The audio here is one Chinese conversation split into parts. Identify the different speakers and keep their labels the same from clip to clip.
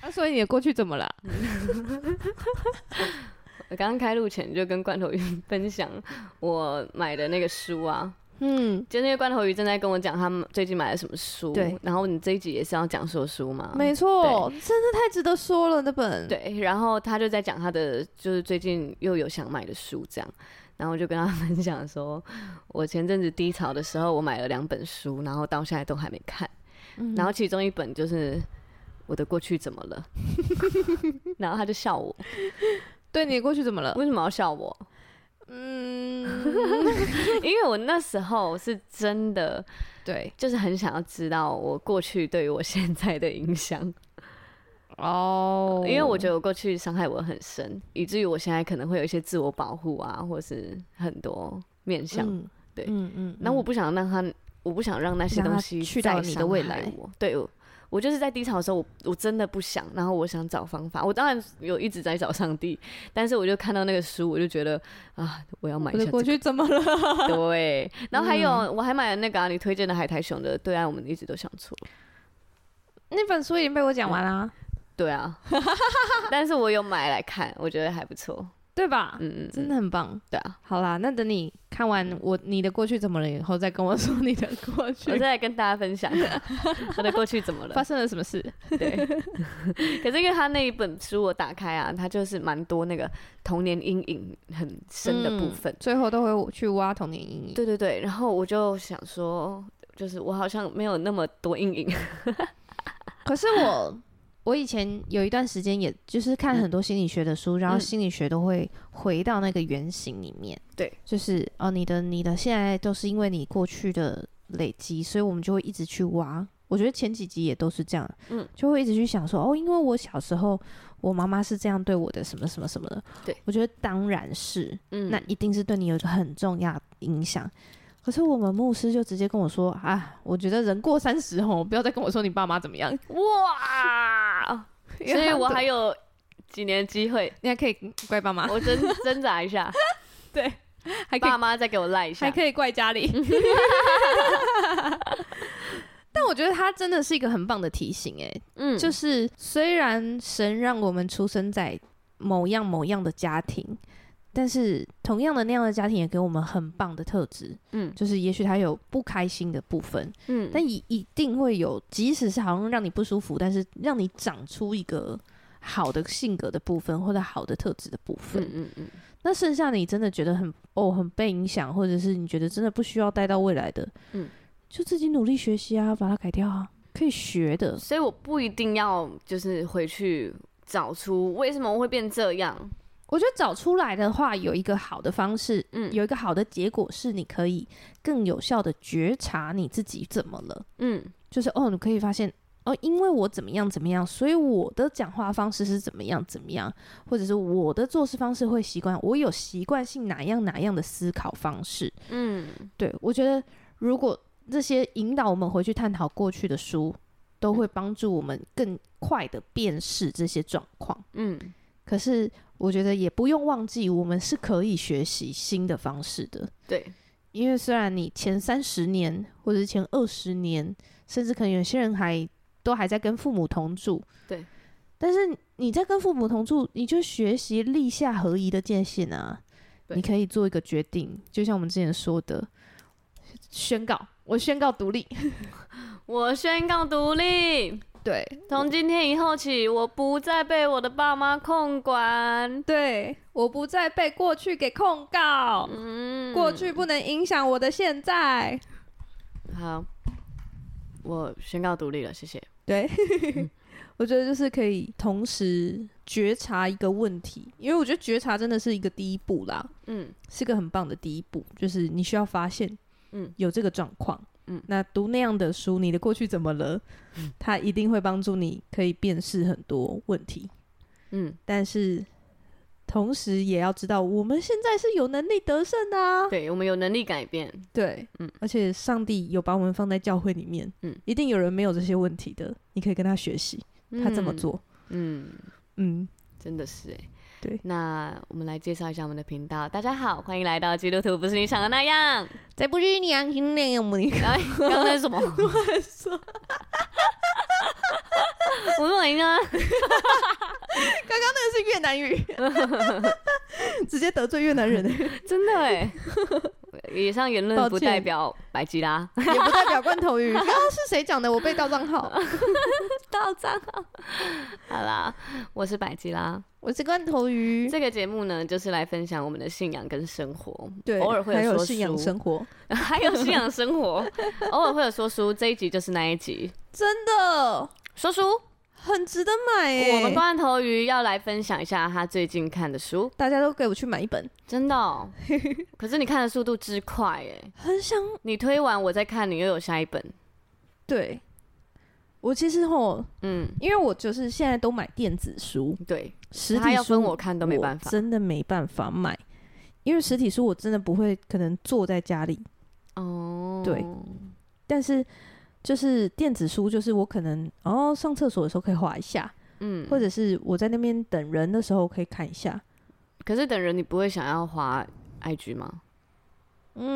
Speaker 1: 啊所以你的过去怎么了？
Speaker 2: 我刚刚开录前就跟罐头鱼 分享我买的那个书啊，
Speaker 1: 嗯，
Speaker 2: 就那个罐头鱼正在跟我讲他们最近买了什么书，
Speaker 1: 对
Speaker 2: 然后你这一集也是要讲说书嘛，
Speaker 1: 没错，真的太值得说了那本。，
Speaker 2: 对，然后他就在讲他的就是最近又有想买的书这样，然后我就跟他 分享说，我前阵子低潮的时候我买了两本书，然后到现在都还没看，
Speaker 1: 嗯
Speaker 2: 然后其中一本就是。我的过去怎么了？ 然后他就笑我，
Speaker 1: 对你的过去怎么了？
Speaker 2: 为什么要笑我？
Speaker 1: 嗯，
Speaker 2: 因为我那时候是真的
Speaker 1: 对，
Speaker 2: 就是很想要知道我过去对于我现在的影响，
Speaker 1: 哦，
Speaker 2: 因为我觉得我过去伤害我很深，以至于我现在可能会有一些自我保护啊，或是很多面向。
Speaker 1: 嗯
Speaker 2: 对
Speaker 1: 嗯嗯，
Speaker 2: 那、我不想让他，我不想让那些
Speaker 1: 让
Speaker 2: 东
Speaker 1: 它
Speaker 2: 西
Speaker 1: 去
Speaker 2: 再
Speaker 1: 到你的
Speaker 2: 伤
Speaker 1: 未
Speaker 2: 害
Speaker 1: 来
Speaker 2: 我对，我我就是在低潮的时候，我我真的不想，然后我想找方法。我当然有一直在找上帝，但是我就看到那个书，我就觉得啊，我要买一
Speaker 1: 我
Speaker 2: 下、
Speaker 1: 的
Speaker 2: 这
Speaker 1: 过
Speaker 2: 个。
Speaker 1: 去怎嗯么了？
Speaker 2: 对，然后还有、我还买了那个、啊、你推荐的海苔熊的《对岸我们一直都想错》。
Speaker 1: 那本书已经被我讲完啦，
Speaker 2: 对啊， 但是我有买来看，我觉得还不错。
Speaker 1: 对吧？
Speaker 2: 嗯嗯，
Speaker 1: 啊真
Speaker 2: 嗯，
Speaker 1: 的很棒。
Speaker 2: 对啊，
Speaker 1: 好啦，那等你看完我你的过去怎么了以后，再跟我说你哦的过去
Speaker 2: 我再来跟大家 分享我的过去怎么
Speaker 1: 发
Speaker 2: 了。
Speaker 1: 生了什么事。
Speaker 2: 对，可是因为他那一本书我打开啊，他就是蛮多那个童年阴影很深的
Speaker 1: 嗯
Speaker 2: 部分。
Speaker 1: 最后都会去挖童年阴影。
Speaker 2: 对对对，然后我就想说，就是我好像没有那么多阴影。
Speaker 1: 可是我，我以前有一段时间，也就是看很多心理学的书，然后
Speaker 2: 嗯
Speaker 1: 心理学都会回到那个原型里面。
Speaker 2: 对，
Speaker 1: 就是哦，你的你的现在都是因为你过去的累积，所以我们就会一直去挖。我觉得前几集也都是这样，
Speaker 2: 嗯，
Speaker 1: 就会一直去想说，哦，因为我小时候我妈妈是这样对我的，什么什么什么的。
Speaker 2: 对，
Speaker 1: 我觉得当然是，
Speaker 2: 嗯，
Speaker 1: 那一定是对你有一个很重要的影响。可是我们牧师就直接跟我说啊，我觉得人过三十 吼，不要再跟我说你爸妈怎么样，
Speaker 2: 哇，所以我还有几年机会，
Speaker 1: 你还可以怪爸妈，
Speaker 2: 我 挣挣扎一下，
Speaker 1: 还可以
Speaker 2: 爸妈再给我赖一下
Speaker 1: 还。可以怪家 里。但我觉得他真的是一个很棒的提醒、欸，
Speaker 2: 嗯，
Speaker 1: 就是虽然神让我们出生在某样某样的家庭，但是同样的那样的家庭也给我们很棒的特质，
Speaker 2: 嗯
Speaker 1: 就是也许他有不开心的部分，
Speaker 2: 嗯
Speaker 1: 但一一定会有，即使是好像让你不舒服，但是让你长出一个好的性格的部分或者好的特质的部分。
Speaker 2: 嗯嗯嗯，
Speaker 1: 那剩下你真的觉得很哦很被影响，或者是你觉得真的不需要带到未来的，
Speaker 2: 嗯，
Speaker 1: 就自己努力学习啊，把它改掉啊，可以学的。
Speaker 2: 所以我不一定要就是回去找出为什么我会变这样。
Speaker 1: 我觉得找出来的话，有一个好的方式，
Speaker 2: 嗯
Speaker 1: 有一个好的结果是你可以更有效的觉察你自己怎么了。
Speaker 2: 嗯
Speaker 1: 就是哦，你可以发现哦，因为我怎么样怎么样，所以我的讲话方式是怎么样怎么样，或者是我的做事方式会习惯，我有习惯性哪样哪样的思考方式。
Speaker 2: 嗯
Speaker 1: 对我觉得，如果这些引导我们回去探讨过去的书，都会帮助我们更快的辨识这些状况。
Speaker 2: 嗯，
Speaker 1: 可是我觉得也不用忘记，我们是可以学习新的方式的。
Speaker 2: 对，
Speaker 1: 因为虽然你前三十年或者是前二十年，甚至可能有些人还都还在跟父母同住，
Speaker 2: 对，
Speaker 1: 但是你在跟父母同住，你就学习立下合宜的界限啊。
Speaker 2: 对
Speaker 1: 你可以做一个决定，就像我们之前说的，宣告我宣告独 立。
Speaker 2: 我宣告独立，
Speaker 1: 对
Speaker 2: 从今天以后起，我不再被我的爸妈控管。
Speaker 1: 嗯对，我不再被过去给控告，
Speaker 2: 嗯，
Speaker 1: 去不能影响我的现在。
Speaker 2: 好，我宣告独立了，谢谢。
Speaker 1: 对，我觉得就是可以同时觉察一个问题，因为我觉得觉察真的是一个第一步啦，
Speaker 2: 嗯
Speaker 1: 是个很棒的第一步，就是你需要发现，
Speaker 2: 嗯
Speaker 1: 有这个状况，
Speaker 2: 嗯
Speaker 1: 那读那样的书，你的过去怎么了？它一定会帮助你可以辨识很多问题，
Speaker 2: 嗯，
Speaker 1: 但是同时也要知道，我们现在是有能力得胜的啊，
Speaker 2: 对我们有能力改变。
Speaker 1: 对，
Speaker 2: 嗯
Speaker 1: 而且上帝有把我们放在教会里面，
Speaker 2: 嗯
Speaker 1: 一定有人没有这些问题的，你可以跟他学习， 他这么做。
Speaker 2: 嗯，嗯，
Speaker 1: 嗯，
Speaker 2: 真的是哎。
Speaker 1: 对
Speaker 2: 那我们来介绍一下我们的频道。大家好，欢迎来到基督徒不是你想的那样。
Speaker 1: 才不是你良心 那样母
Speaker 2: 哎，刚才什么？
Speaker 1: 乱说。
Speaker 2: 我录赢啊！
Speaker 1: 是越南语，直接得罪越南人，也
Speaker 2: 真的哎，以上言论
Speaker 1: 抱
Speaker 2: 不
Speaker 1: 歉
Speaker 2: 代表百吉拉
Speaker 1: 不代表罐头鱼。刚刚是谁讲的？我被盗账号，
Speaker 2: 到账号。好啦，我是百吉拉。
Speaker 1: 我是罐头鱼。
Speaker 2: 这个节目呢，就是来分享我们的信仰跟生活，
Speaker 1: 对，
Speaker 2: 偶尔会
Speaker 1: 还有
Speaker 2: 说
Speaker 1: 信仰
Speaker 2: 书
Speaker 1: 生活，
Speaker 2: 还有信仰生活，偶尔会有说书。这一集就是那一集
Speaker 1: 真的
Speaker 2: 说书。
Speaker 1: 很值得买耶
Speaker 2: 我们罐头鱼要来分享一下他最近看的书，
Speaker 1: 大家都给我去买一本，
Speaker 2: 真的哦、可是你看的速度之快哎、
Speaker 1: 很想
Speaker 2: 你推完我再看，你又有下一本。
Speaker 1: 对。我其实吼，
Speaker 2: 嗯，
Speaker 1: 因为我就是现在都买电子书，
Speaker 2: 对，
Speaker 1: 实
Speaker 2: 他
Speaker 1: 体
Speaker 2: 要
Speaker 1: 书
Speaker 2: 分我看都没办
Speaker 1: 我
Speaker 2: 法。
Speaker 1: 真的没办法买，因为实体书我真的不会，可能坐在家里，
Speaker 2: 哦，
Speaker 1: 对但是就是电子书，就是我可能哦上厕所的时候可以划一下，
Speaker 2: 嗯，
Speaker 1: 或者是我在那边等人的时候可以看一下。
Speaker 2: 可是等人你不会想要滑 IG 吗？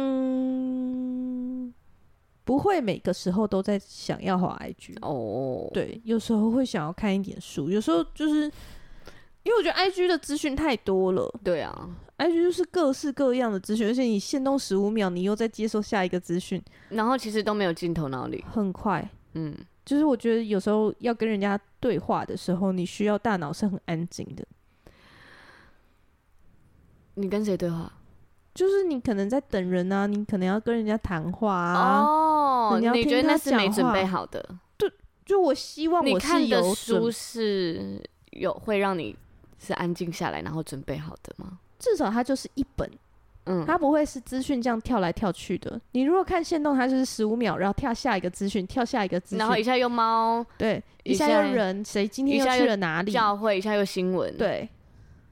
Speaker 1: 嗯，不会每个时候都在想要滑 IG，、
Speaker 2: 哦，，
Speaker 1: 对，有时候会想要看一点书，有时候就是因为我觉得 IG 的资讯太多了
Speaker 2: 对啊。
Speaker 1: ，IG 就是各式各样的资讯，而且你限动十五秒，你又在接受下一个资讯，
Speaker 2: 然后其实都没有进头脑里，
Speaker 1: 很快。
Speaker 2: 嗯，
Speaker 1: 就是我觉得有时候要跟人家对话的时候，你需要大脑是很安静的。
Speaker 2: 你跟谁对话？
Speaker 1: 就是你可能在等人啊，你可能要跟人家谈话啊。
Speaker 2: 哦，
Speaker 1: 你要听
Speaker 2: 觉得那
Speaker 1: 他
Speaker 2: 是没
Speaker 1: 讲
Speaker 2: 准备
Speaker 1: 话
Speaker 2: 好的。
Speaker 1: 就我希望
Speaker 2: 你
Speaker 1: 我
Speaker 2: 看
Speaker 1: 是
Speaker 2: 的
Speaker 1: 有
Speaker 2: 书
Speaker 1: 准，
Speaker 2: 是有会让你是安静下来，然后准备好的吗？
Speaker 1: 至少它就是一本，
Speaker 2: 嗯，
Speaker 1: 它不会是资讯这样跳来跳去的。你如果看线动，它就是十五秒，然后跳下一个资讯，跳下一个资
Speaker 2: 然后一
Speaker 1: 讯，
Speaker 2: 下又猫
Speaker 1: 对，
Speaker 2: 一
Speaker 1: 一下
Speaker 2: 下
Speaker 1: 又人，谁今天
Speaker 2: 一
Speaker 1: 又
Speaker 2: 下
Speaker 1: 去
Speaker 2: 又
Speaker 1: 了哪里？
Speaker 2: 教会，一下又新闻，，
Speaker 1: 对，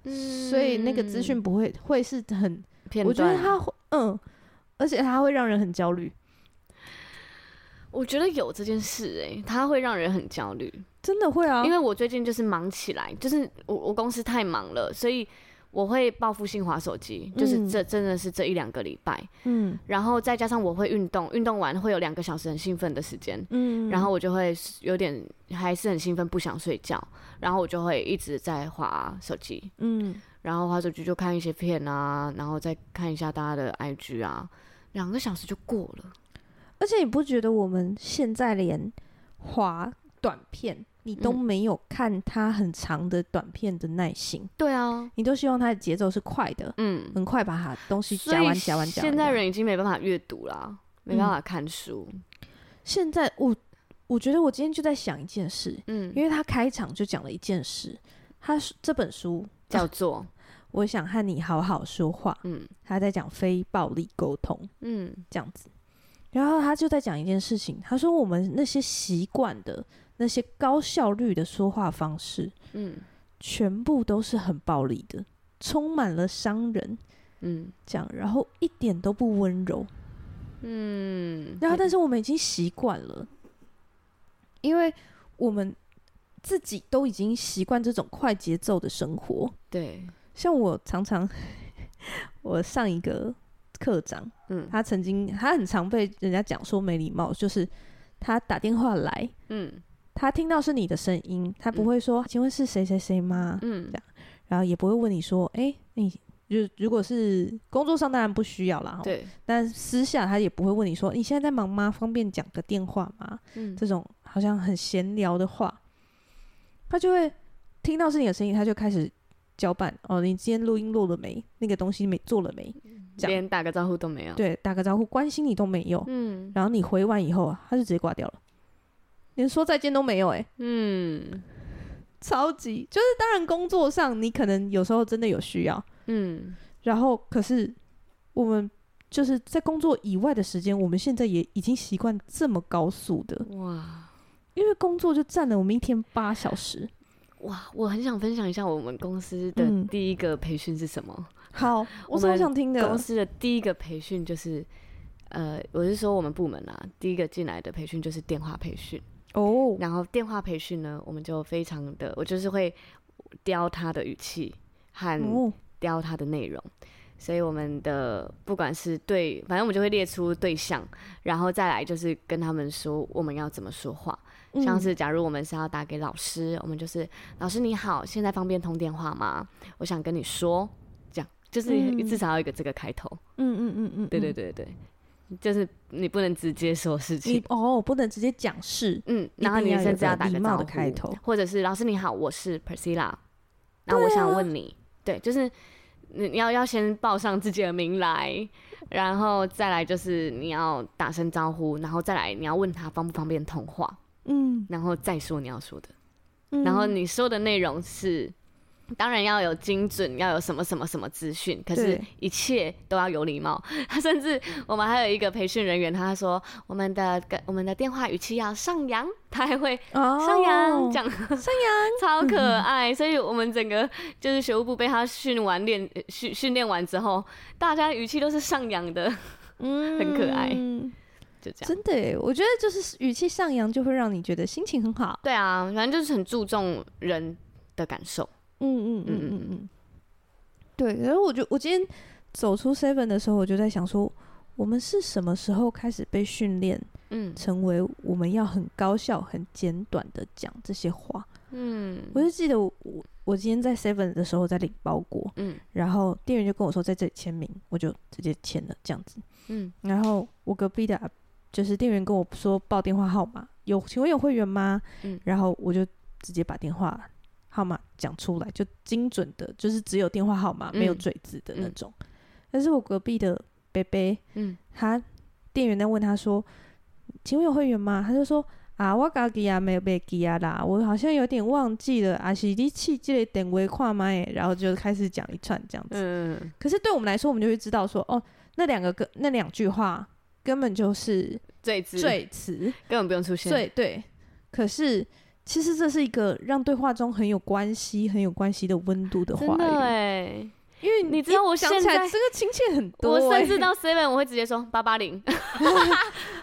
Speaker 2: 嗯
Speaker 1: 所以那个资讯不会会是很，
Speaker 2: 片
Speaker 1: 我觉得
Speaker 2: 段
Speaker 1: 它会，嗯，而且它会让人很焦虑，
Speaker 2: 我觉得有这件事哎、欸，它会让人很焦虑。
Speaker 1: 真的会啊，
Speaker 2: 因
Speaker 1: 为
Speaker 2: 为我最近就是忙起来，就是我我公司太忙了，所以我会报复性划手机，就是
Speaker 1: 嗯
Speaker 2: 这真的是这一两个礼拜，
Speaker 1: 嗯
Speaker 2: 然后再加上我会运动，运动完会有两个小时很兴奋的时间，
Speaker 1: 嗯，
Speaker 2: 然后我就会有点还是很兴奋，不想睡觉，然后我就会一直在划手机，
Speaker 1: 嗯，
Speaker 2: 然后划手机就看一些片啊，然后再看一下大家的 IG 啊，两个小时就过了。
Speaker 1: 而且你不觉得我们现在连滑短片，你都
Speaker 2: 嗯
Speaker 1: 没有看它很长的短片的耐心，
Speaker 2: 对啊，
Speaker 1: 你都希望它的节奏是快的，
Speaker 2: 嗯，
Speaker 1: 很快把它东西
Speaker 2: 所
Speaker 1: 夹完
Speaker 2: 以
Speaker 1: 夹完夹完。
Speaker 2: 现
Speaker 1: 夹
Speaker 2: 在
Speaker 1: 完
Speaker 2: 人已经没办法阅读啦，没办法看书，
Speaker 1: 现在我我觉得我今天就在想一件事，
Speaker 2: 嗯，
Speaker 1: 因为他开场就讲了一件事，他是这本书
Speaker 2: 叫
Speaker 1: 啊
Speaker 2: 做
Speaker 1: 我想和你好好说话》，
Speaker 2: 嗯
Speaker 1: 他在讲非暴力沟通
Speaker 2: 嗯
Speaker 1: 这样子。然后他就在讲一件事情，他说我们那些习惯的那些高效率的说话方式，
Speaker 2: 嗯
Speaker 1: 全部都是很暴力的，充满了伤人，
Speaker 2: 嗯
Speaker 1: 这样，然后一点都不温柔。
Speaker 2: 嗯，
Speaker 1: 然后，但是我们已经习惯了，因为我们自己都已经习惯这种快节奏的生活。
Speaker 2: 对，
Speaker 1: 像我常常，我上一个课长，
Speaker 2: 嗯
Speaker 1: 他曾经他很常被人家讲说没礼貌，就是他打电话来，
Speaker 2: 嗯
Speaker 1: 他听到是你的声音，他不
Speaker 2: 嗯
Speaker 1: 会说“请问是谁谁谁吗”，
Speaker 2: 嗯
Speaker 1: 然后也不会问你说“哎、你”，就如果是工作上当然不需要啦，
Speaker 2: 对，
Speaker 1: 但私下他也不会问你说你现在在忙吗？方便讲个电话吗？
Speaker 2: 嗯
Speaker 1: 这种好像很闲聊的话，他就会听到是你的声音，他就开始交办哦，你今天录音录了没？那个东西没做了没？讲
Speaker 2: 连打个招呼都没有，
Speaker 1: 对，打个招呼关心你都没有。
Speaker 2: 嗯
Speaker 1: 然后你回完以后啊，他就直接挂掉了，连说再见都没有、欸，
Speaker 2: 嗯
Speaker 1: 超级就是当然工作上你可能有时候真的有需要，
Speaker 2: 嗯，
Speaker 1: 然后可是我们就是在工作以外的时间，我们现在也已经习惯这么高速的，
Speaker 2: 哇。
Speaker 1: 因为工作就占了我们一天八小时。
Speaker 2: 哇，我很想分享一下我们公司的
Speaker 1: 嗯
Speaker 2: 第一个培训是什么。
Speaker 1: 好，
Speaker 2: 我
Speaker 1: 我超
Speaker 2: 们
Speaker 1: 想听
Speaker 2: 公
Speaker 1: 的。
Speaker 2: 司的第一个培训就是，呃，我是说我们部门啊，第一个进来的培训就是电话培训。
Speaker 1: 哦，
Speaker 2: 然后电话培训呢，我们就非常的，我就是会雕他的语气和
Speaker 1: 哦，
Speaker 2: 雕他的内容。所以我们的不管是对，反正我们就会列出对象，然后再来就是跟他们说我们要怎么说话。
Speaker 1: 嗯
Speaker 2: 像是假如我们是要打给老师，我们就是老师你好，现在方便通电话吗？我想跟你说，这样就是
Speaker 1: 嗯
Speaker 2: 至少要有一个这个开头。
Speaker 1: 嗯嗯嗯嗯，
Speaker 2: 对对对对，就是你不能直接说事
Speaker 1: 你
Speaker 2: 情。
Speaker 1: 哦，不能直接讲是，
Speaker 2: 嗯，
Speaker 1: 一定
Speaker 2: 然后你
Speaker 1: 要有
Speaker 2: 甚至
Speaker 1: 个
Speaker 2: 要打
Speaker 1: 礼
Speaker 2: 个
Speaker 1: 貌
Speaker 2: 招
Speaker 1: 的
Speaker 2: 呼，
Speaker 1: 开头啊
Speaker 2: 或者是老师你好，我是 Priscilla，那我想问你，对，就是你你要要先报上自己的名来，然后再来就是你要打声招呼，然后再来你要问他方不方便通话，
Speaker 1: 嗯，
Speaker 2: 然后再说你要说的，
Speaker 1: 嗯
Speaker 2: 然后你说的内容是。当然要有精准，要有什么什么什么资讯，可是
Speaker 1: 对
Speaker 2: 一切都要有礼貌。 他甚至我们还有一个培训人员，他说我们的我们的电话语气要上扬，他还会
Speaker 1: 哦，
Speaker 2: 上扬，讲上扬，超可爱。所以我们整个就是学务部被他训完练呃训训练完之后，大家语气都是上扬的，
Speaker 1: 嗯
Speaker 2: 很可爱就这样。
Speaker 1: 真的耶，我觉得就是语气上扬，就会让你觉得心情很好。
Speaker 2: 对啊，反正就是很注重人的感受。
Speaker 1: 嗯嗯嗯
Speaker 2: 嗯
Speaker 1: 嗯嗯，对。然后我就我今天走出 Seven 的时候，我就在想说，我们是什么时候开始被训练
Speaker 2: 嗯
Speaker 1: 成为我们要很高效、很简短的讲这些话？
Speaker 2: 嗯
Speaker 1: 我就记得我我我今天在 Seven 的时候在领包裹，
Speaker 2: 嗯
Speaker 1: 然后店员就跟我说在这里签名，我就直接签了这样子。
Speaker 2: 嗯
Speaker 1: 然后我隔壁的阿就是店员跟我说报电话号码，有请问有会员吗？
Speaker 2: 嗯
Speaker 1: 然后我就直接把电话号码讲出来，就精准的，就是只有电话号码、
Speaker 2: 嗯
Speaker 1: 没有赘字的那种。但是我隔壁的贝贝，
Speaker 2: 嗯，
Speaker 1: 他店员在问他说，请问有会员吗？他就说。啊，我家己啊没有被记啊啦，我好像有点忘记了，啊是你去这个电话看麦，然后就开始讲一串这样子。
Speaker 2: 嗯，
Speaker 1: 可是对我们来说，我们就会知道说，哦，那两个跟那两句话根本就是
Speaker 2: 最最
Speaker 1: 赘词，
Speaker 2: 根本不用出现。
Speaker 1: 赘对。可是其实这是一个让对话中很有关系、很有关系的温度的话
Speaker 2: 真的
Speaker 1: 语，
Speaker 2: 哎，
Speaker 1: 因为
Speaker 2: 你知道我
Speaker 1: 一想起
Speaker 2: 现
Speaker 1: 来
Speaker 2: 在
Speaker 1: 这个亲切很多、
Speaker 2: 我甚
Speaker 1: 欸
Speaker 2: 至到 seven 我会直接说八八零，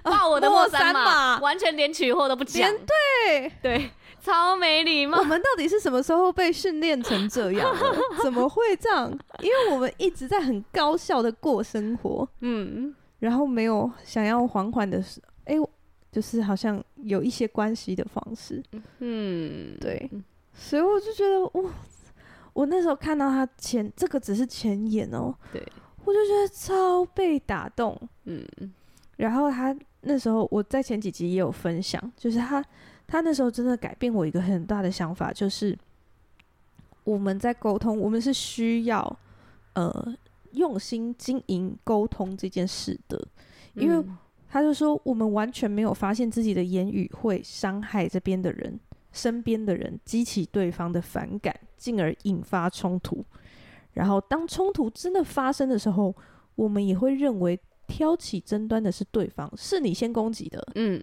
Speaker 2: 报我的莫
Speaker 1: 莫三
Speaker 2: 三码，
Speaker 1: 码
Speaker 2: 完全连取货都不讲，
Speaker 1: 连对，
Speaker 2: 对，超没礼貌
Speaker 1: 我。们到底是什么时候被训练成这样的？怎么会这样？因为我们一直在很高效的过生活，
Speaker 2: 嗯，
Speaker 1: 然后没有想要缓缓的，哎、就是好像有一些关系的方式。
Speaker 2: 嗯，
Speaker 1: 对，所以我就觉得哇，我那时候看到他前这个只是前言哦、
Speaker 2: 对，
Speaker 1: 我就觉得超被打动。
Speaker 2: 嗯
Speaker 1: 然后他那时候我在前几集也有分享，就是他他那时候真的改变我一个很大的想法，就是我们在沟通，我们是需要呃用心经营沟通这件事的，因为
Speaker 2: 嗯
Speaker 1: 他就说，我们完全没有发现自己的言语会伤害这边的人、身边的人，激起对方的反感，进而引发冲突。然后，当冲突真的发生的时候，我们也会认为挑起争端的是对方，是你先攻击的。
Speaker 2: 嗯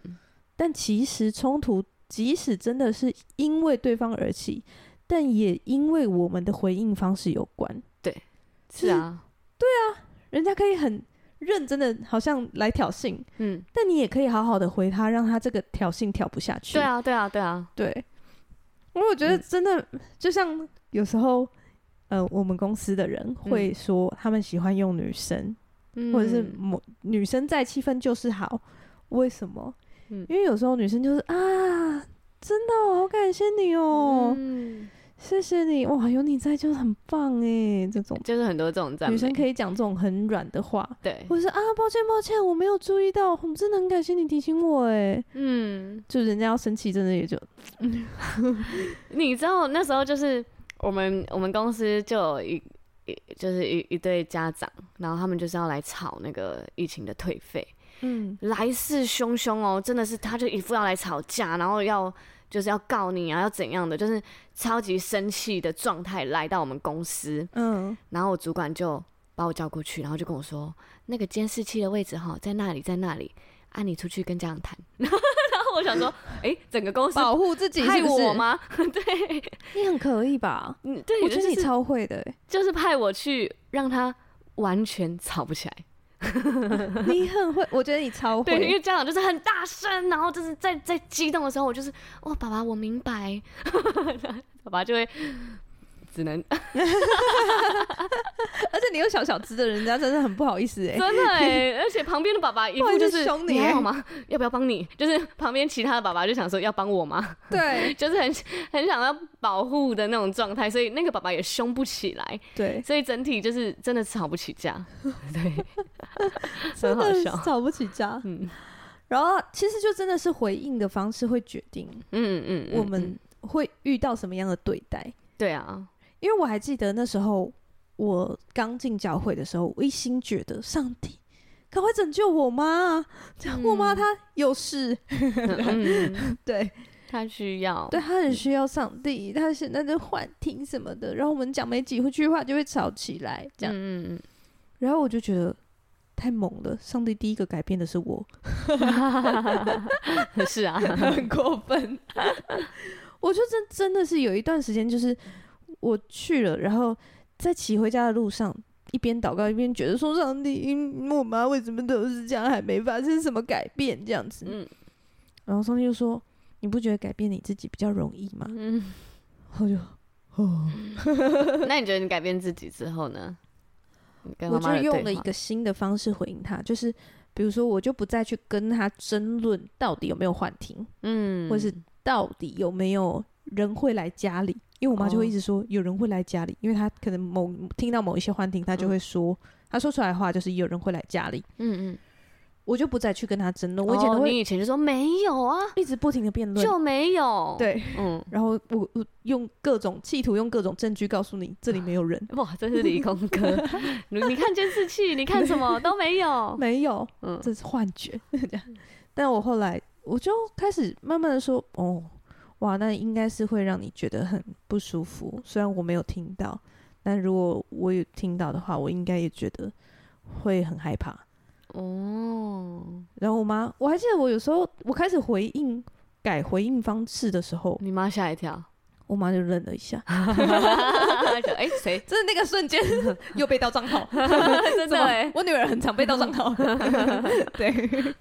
Speaker 1: 但其实冲突即使真的是因为对方而起，但也因为我们的回应方式有关。
Speaker 2: 是啊，
Speaker 1: 人家可以很认真的，好像来挑衅，
Speaker 2: 嗯，
Speaker 1: 但你也可以好好的回他，让他这个挑衅挑不下去。
Speaker 2: 对，啊，嗯对啊，对啊，
Speaker 1: 对。因为我觉得真的、就像有时候，呃，我们公司的人会说他们喜欢用女生，
Speaker 2: 嗯
Speaker 1: 或者是某女生在气氛就是好，为什么？
Speaker 2: 嗯
Speaker 1: 因为有时候女生就是啊，真的哦、好感谢你哦，
Speaker 2: 嗯
Speaker 1: 谢谢你哇，有你在就是很棒哎，这种
Speaker 2: 就是很多这种赞
Speaker 1: 女
Speaker 2: 美，
Speaker 1: 生可以讲这种很软的话，
Speaker 2: 啊对，
Speaker 1: 或者是啊，抱歉抱歉，我没有注意到，我真的很感谢你提醒我哎，
Speaker 2: 嗯，
Speaker 1: 就人家要生气，真的也就
Speaker 2: 你知道那时候就是我们我们公司就有一。一就是一一对家长，然后他们就是要来吵那个疫情的退费，
Speaker 1: 嗯
Speaker 2: 来势汹汹哦，真的是，他就一副要来吵架，然后要就是要告你啊，要怎样的，就是超级生气的状态来到我们公司，
Speaker 1: 嗯
Speaker 2: 然后我主管就把我叫过去，然后就跟我说，那个监视器的位置哈，在那里，在那里，啊，你出去跟家长谈。 然后我想说，哎、整个公司
Speaker 1: 保护自己
Speaker 2: 派
Speaker 1: 是不是
Speaker 2: 我？吗？ 对，
Speaker 1: 你很可以吧？
Speaker 2: 嗯对，
Speaker 1: 我觉得你
Speaker 2: 就是
Speaker 1: 超会的 欸、
Speaker 2: 就是派我去让他完全吵不起来。
Speaker 1: 你很会，我觉得你超
Speaker 2: 对，因
Speaker 1: 会。
Speaker 2: 为家长就是很大声，然后就是在在 激动的时候，我就是哦，爸爸，我明白，爸爸就会只能
Speaker 1: 而且你又小小只的，人家真的很不好意思哎、
Speaker 2: 真的哎、而且旁边的爸爸一
Speaker 1: 不好
Speaker 2: 副
Speaker 1: 意思
Speaker 2: 就是
Speaker 1: 凶你
Speaker 2: 你还
Speaker 1: 欸
Speaker 2: 好吗？ 要不要帮你？就是旁边其他的爸爸就想说要帮我吗？
Speaker 1: 对
Speaker 2: 就是很很想要保护的那种状态，所以那个爸爸也凶不起来，
Speaker 1: 对，
Speaker 2: 所以整体就是真的吵不 起架，对，很
Speaker 1: 真
Speaker 2: 好
Speaker 1: 的
Speaker 2: 笑，
Speaker 1: 吵不起架。
Speaker 2: 嗯
Speaker 1: 然后其实就真的是回应的方式会决定
Speaker 2: 嗯嗯，嗯
Speaker 1: 我
Speaker 2: 嗯
Speaker 1: 们会遇到什么样的对待。
Speaker 2: 对 啊，
Speaker 1: 因为我还记得那时候我刚进教会的时候，我一心觉得上帝赶快拯救我妈，我妈她有事，
Speaker 2: 嗯，嗯
Speaker 1: 对
Speaker 2: 他需要，
Speaker 1: 对，她很需要上帝，她现在在幻听什么的，然后我们讲没几句话就会吵起来，这样，
Speaker 2: 嗯，嗯
Speaker 1: 然后我就觉得。太猛了！上帝第一个改变的是我，
Speaker 2: 嗯 是啊，
Speaker 1: 很过分。 我就真真的是有一段时间，就是我去了，然后在骑回家的路上，一边祷告一边觉得说上帝，嗯我妈为什么都是这样，还没发生什么改变这样子。
Speaker 2: 嗯
Speaker 1: 然后上帝就说：“你不觉得改变你自己比较容易吗
Speaker 2: 嗯，？”
Speaker 1: 我就哦，
Speaker 2: 那你觉得你改变自己之后呢？你跟
Speaker 1: 我
Speaker 2: 妈
Speaker 1: 就
Speaker 2: 妈的
Speaker 1: 用
Speaker 2: 对
Speaker 1: 了一
Speaker 2: 话
Speaker 1: 个新的方式回应他，就是比如说，我就不再去跟他争论到底有没有幻听，
Speaker 2: 嗯，
Speaker 1: 或是到底有没有人会来家里？因为我妈就会一
Speaker 2: 哦
Speaker 1: 直说有人会来家里，因为她可能某听到某一些幻听，
Speaker 2: 嗯
Speaker 1: 她就会说，她说出来的话就是有人会来家里，
Speaker 2: 嗯嗯，
Speaker 1: 我就不再去跟她争论，我以前
Speaker 2: 哦
Speaker 1: 都会
Speaker 2: 你以前就说没有啊，
Speaker 1: 一直不停的辩论，
Speaker 2: 就没有，，
Speaker 1: 对，
Speaker 2: 嗯，
Speaker 1: 然后我我用各种企图用各种证据告诉你这里
Speaker 2: 啊
Speaker 1: 没有人，
Speaker 2: 哇，真是理工科， 你你看监视器，你看什么都没有，
Speaker 1: 没有，
Speaker 2: 嗯
Speaker 1: 这是幻觉 这样。但我后来我就开始慢慢的说，哦，哇，那应该是会让你觉得很不舒服。虽然我没有听到，但如果我有听到的话，我应该也觉得会很害怕。
Speaker 2: 哦，
Speaker 1: 然后我妈，我还记得我有时候我开始回应改回应方式的时候，
Speaker 2: 你妈吓 一跳，
Speaker 1: 我妈就愣了一下，
Speaker 2: 想哎 谁？
Speaker 1: 真的那个瞬间又被盗账号，
Speaker 2: 真的哎，
Speaker 1: 我女儿很常被盗账 号，对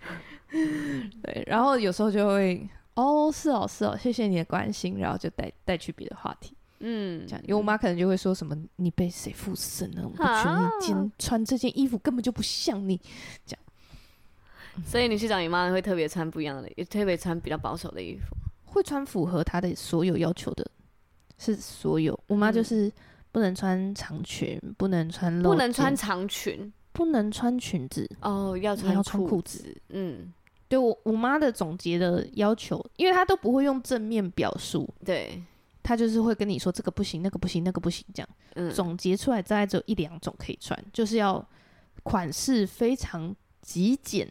Speaker 1: 对，然后有时候就会哦，是哦是哦，谢谢你的关心，然后就带带去别的话题，
Speaker 2: 嗯
Speaker 1: 这样，因为我妈可能就会说什么你被谁附身了，我觉得
Speaker 2: 啊
Speaker 1: 你今天穿这件衣服根本就不像你，
Speaker 2: 所以你去找你妈会特别穿不一样的，也特别穿比较保守的衣服，
Speaker 1: 会穿符合她的所有要求的，是所有，我妈就
Speaker 2: 嗯
Speaker 1: 是。不能穿长裙，不能穿露，
Speaker 2: 不能穿，长裙
Speaker 1: 不能穿裙子。
Speaker 2: 哦，要
Speaker 1: 你要穿
Speaker 2: 裤
Speaker 1: 裤子，
Speaker 2: 嗯，
Speaker 1: 对我我妈的总结的要求，因为她都不会用正面表述，
Speaker 2: 对，
Speaker 1: 他就是会跟你说这个不行，那个不行，那个不行，这样
Speaker 2: 嗯，
Speaker 1: 总结出来大概只有一两种可以穿，就是要款式非常极简，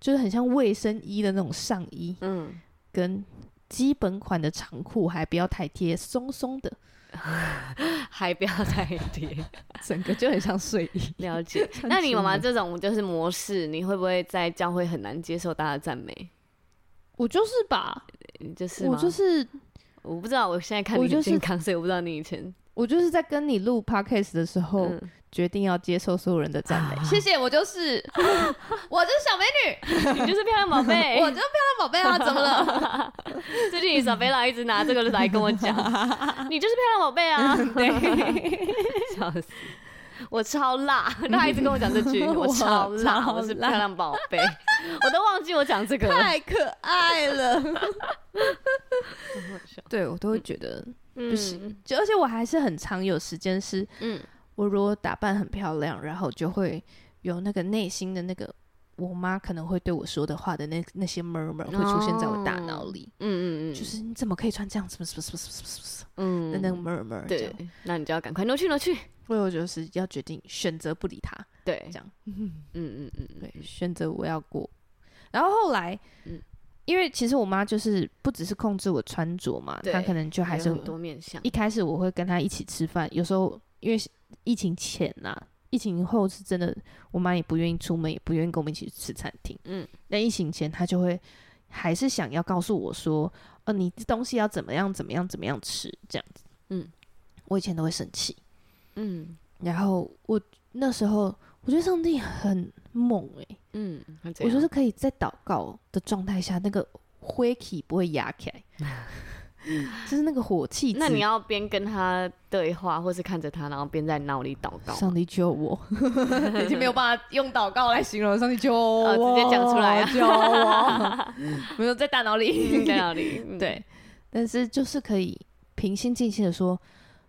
Speaker 1: 就是很像卫生衣的那种上衣，
Speaker 2: 嗯，
Speaker 1: 跟基本款的长裤，还不要太贴，松松的，
Speaker 2: 还不要太贴，
Speaker 1: 整个就很像睡衣。
Speaker 2: 了解。
Speaker 1: 穿
Speaker 2: 那你妈妈
Speaker 1: 出门
Speaker 2: 这种就是模式，你会不会在教会很难接受大家的赞美？
Speaker 1: 我就是吧，
Speaker 2: 你就是
Speaker 1: 我
Speaker 2: 吗？
Speaker 1: 就是
Speaker 2: 我不知道，我现在看
Speaker 1: 我
Speaker 2: 你
Speaker 1: 就
Speaker 2: 很
Speaker 1: 是
Speaker 2: 健康，所以我不知道你 以前。
Speaker 1: 我就是在跟你录 podcast 的时候，
Speaker 2: 嗯
Speaker 1: 决定要接受所有人的赞美。谢谢，我就是，我就是小美女，
Speaker 2: 你就是漂亮宝贝。
Speaker 1: 我就是漂亮宝贝啊，怎么了？
Speaker 2: 最近 Isabella 一直拿这个来跟我 讲，你就是漂亮宝贝啊，
Speaker 1: 对，
Speaker 2: 笑死！我超辣，他一直跟我讲这 句，
Speaker 1: 我
Speaker 2: 我超辣，
Speaker 1: 超
Speaker 2: 我是
Speaker 1: 辣
Speaker 2: 漂亮宝贝， 我都忘记我讲这个了。
Speaker 1: 太可爱了。
Speaker 2: 好笑
Speaker 1: 对我都会觉得，
Speaker 2: 嗯
Speaker 1: 不行就而且我还是很常有时间，是
Speaker 2: 嗯，
Speaker 1: 我如果打扮很漂亮，然后就会有那个内心的那个。我妈可能会对我说的话的那那些 murmur 会出现在我大脑里，
Speaker 2: 嗯嗯嗯，
Speaker 1: 就是你怎么可以穿这样，什么什么什么什么什么什么
Speaker 2: 嗯
Speaker 1: 的那个 murmur，这
Speaker 2: 对
Speaker 1: 样，，
Speaker 2: 那你就要赶快挪去挪去。
Speaker 1: 所以我就是要决定选择不理他，
Speaker 2: 对，
Speaker 1: 这样，
Speaker 2: 嗯嗯嗯嗯，
Speaker 1: 对，选择我要过。然后后来，
Speaker 2: 嗯
Speaker 1: 因为其实我妈就是不只是控制我穿着嘛，
Speaker 2: 对
Speaker 1: 她可能就还是
Speaker 2: 有很多面相
Speaker 1: 一。开始我会跟他一起吃饭，有时候因为疫情前呐、疫情后是真的，我妈也不愿意出门，也不愿意跟我们一起去吃餐厅。
Speaker 2: 嗯，
Speaker 1: 那疫情前她就会还是想要告诉我说，哦，你这东西要怎么样怎么样怎么样吃这样子。
Speaker 2: 嗯，
Speaker 1: 我以前都会生气，
Speaker 2: 嗯
Speaker 1: 然后我那时候我觉得上帝很猛欸诶、
Speaker 2: 嗯，那
Speaker 3: 啊
Speaker 2: 怎
Speaker 1: 我
Speaker 2: 样
Speaker 1: 就是可以在祷告的状态下，那个灰体不会压起来，就是那个火气。
Speaker 2: 那你要边跟他对话，或是看着他，然后边在脑里祷告
Speaker 1: 上
Speaker 2: 吗。
Speaker 1: 帝救我，
Speaker 3: 已经没有办法用祷告来形容，上帝救 我、
Speaker 2: 呃
Speaker 1: 哦
Speaker 2: 直接讲出来啊
Speaker 3: 救我，没有在大脑
Speaker 2: 嗯
Speaker 3: 里。
Speaker 2: 在脑 里，嗯
Speaker 1: 对，但是就是可以平心静气的说，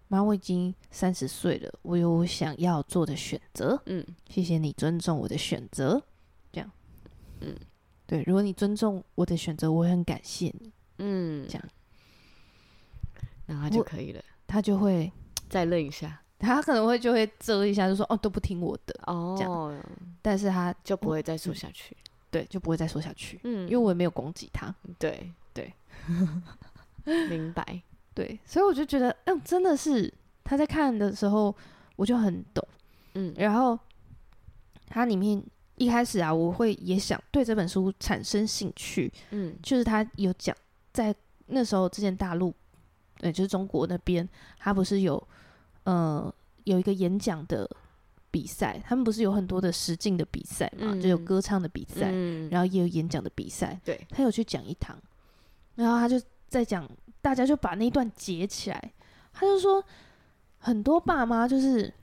Speaker 1: 妈，我已经三十岁了，我有我想要做的选择，
Speaker 2: 嗯，
Speaker 1: 谢谢你尊重我的选择，这样，
Speaker 2: 嗯，
Speaker 1: 对，如果你尊重我的选择，我会很感谢你，
Speaker 2: 嗯，
Speaker 1: 这样，
Speaker 2: 然后就
Speaker 1: 我
Speaker 2: 可以了。
Speaker 1: 他就会，
Speaker 2: 再愣一下，
Speaker 1: 他可能会就会遮一下，就说哦都不听我的，这
Speaker 2: 哦，
Speaker 1: 但是他
Speaker 2: 就不会再说下去。
Speaker 1: 对就不会再说下去，
Speaker 2: 嗯
Speaker 1: 因为我也没有攻击他，
Speaker 2: 对
Speaker 1: 对，
Speaker 2: 明白。
Speaker 1: 对，所以我就觉得，嗯，真的是他在看的时候，我就很懂。
Speaker 2: 嗯
Speaker 1: 然后它里面一开始啊，我会也想对这本书产生兴趣，
Speaker 2: 嗯
Speaker 1: 就是他有讲，在那时候之前大陆，呃，就是中国那边，他不是有呃有一个演讲的比赛，他们不是有很多的实境的比赛嘛，就有
Speaker 2: 嗯
Speaker 1: 歌唱的比赛，
Speaker 2: 嗯，
Speaker 1: 然后也有演讲的比赛，
Speaker 2: 对，
Speaker 1: 他有去讲一堂，然后他就在讲，大家就把那一段截起来，他就说很多爸妈就是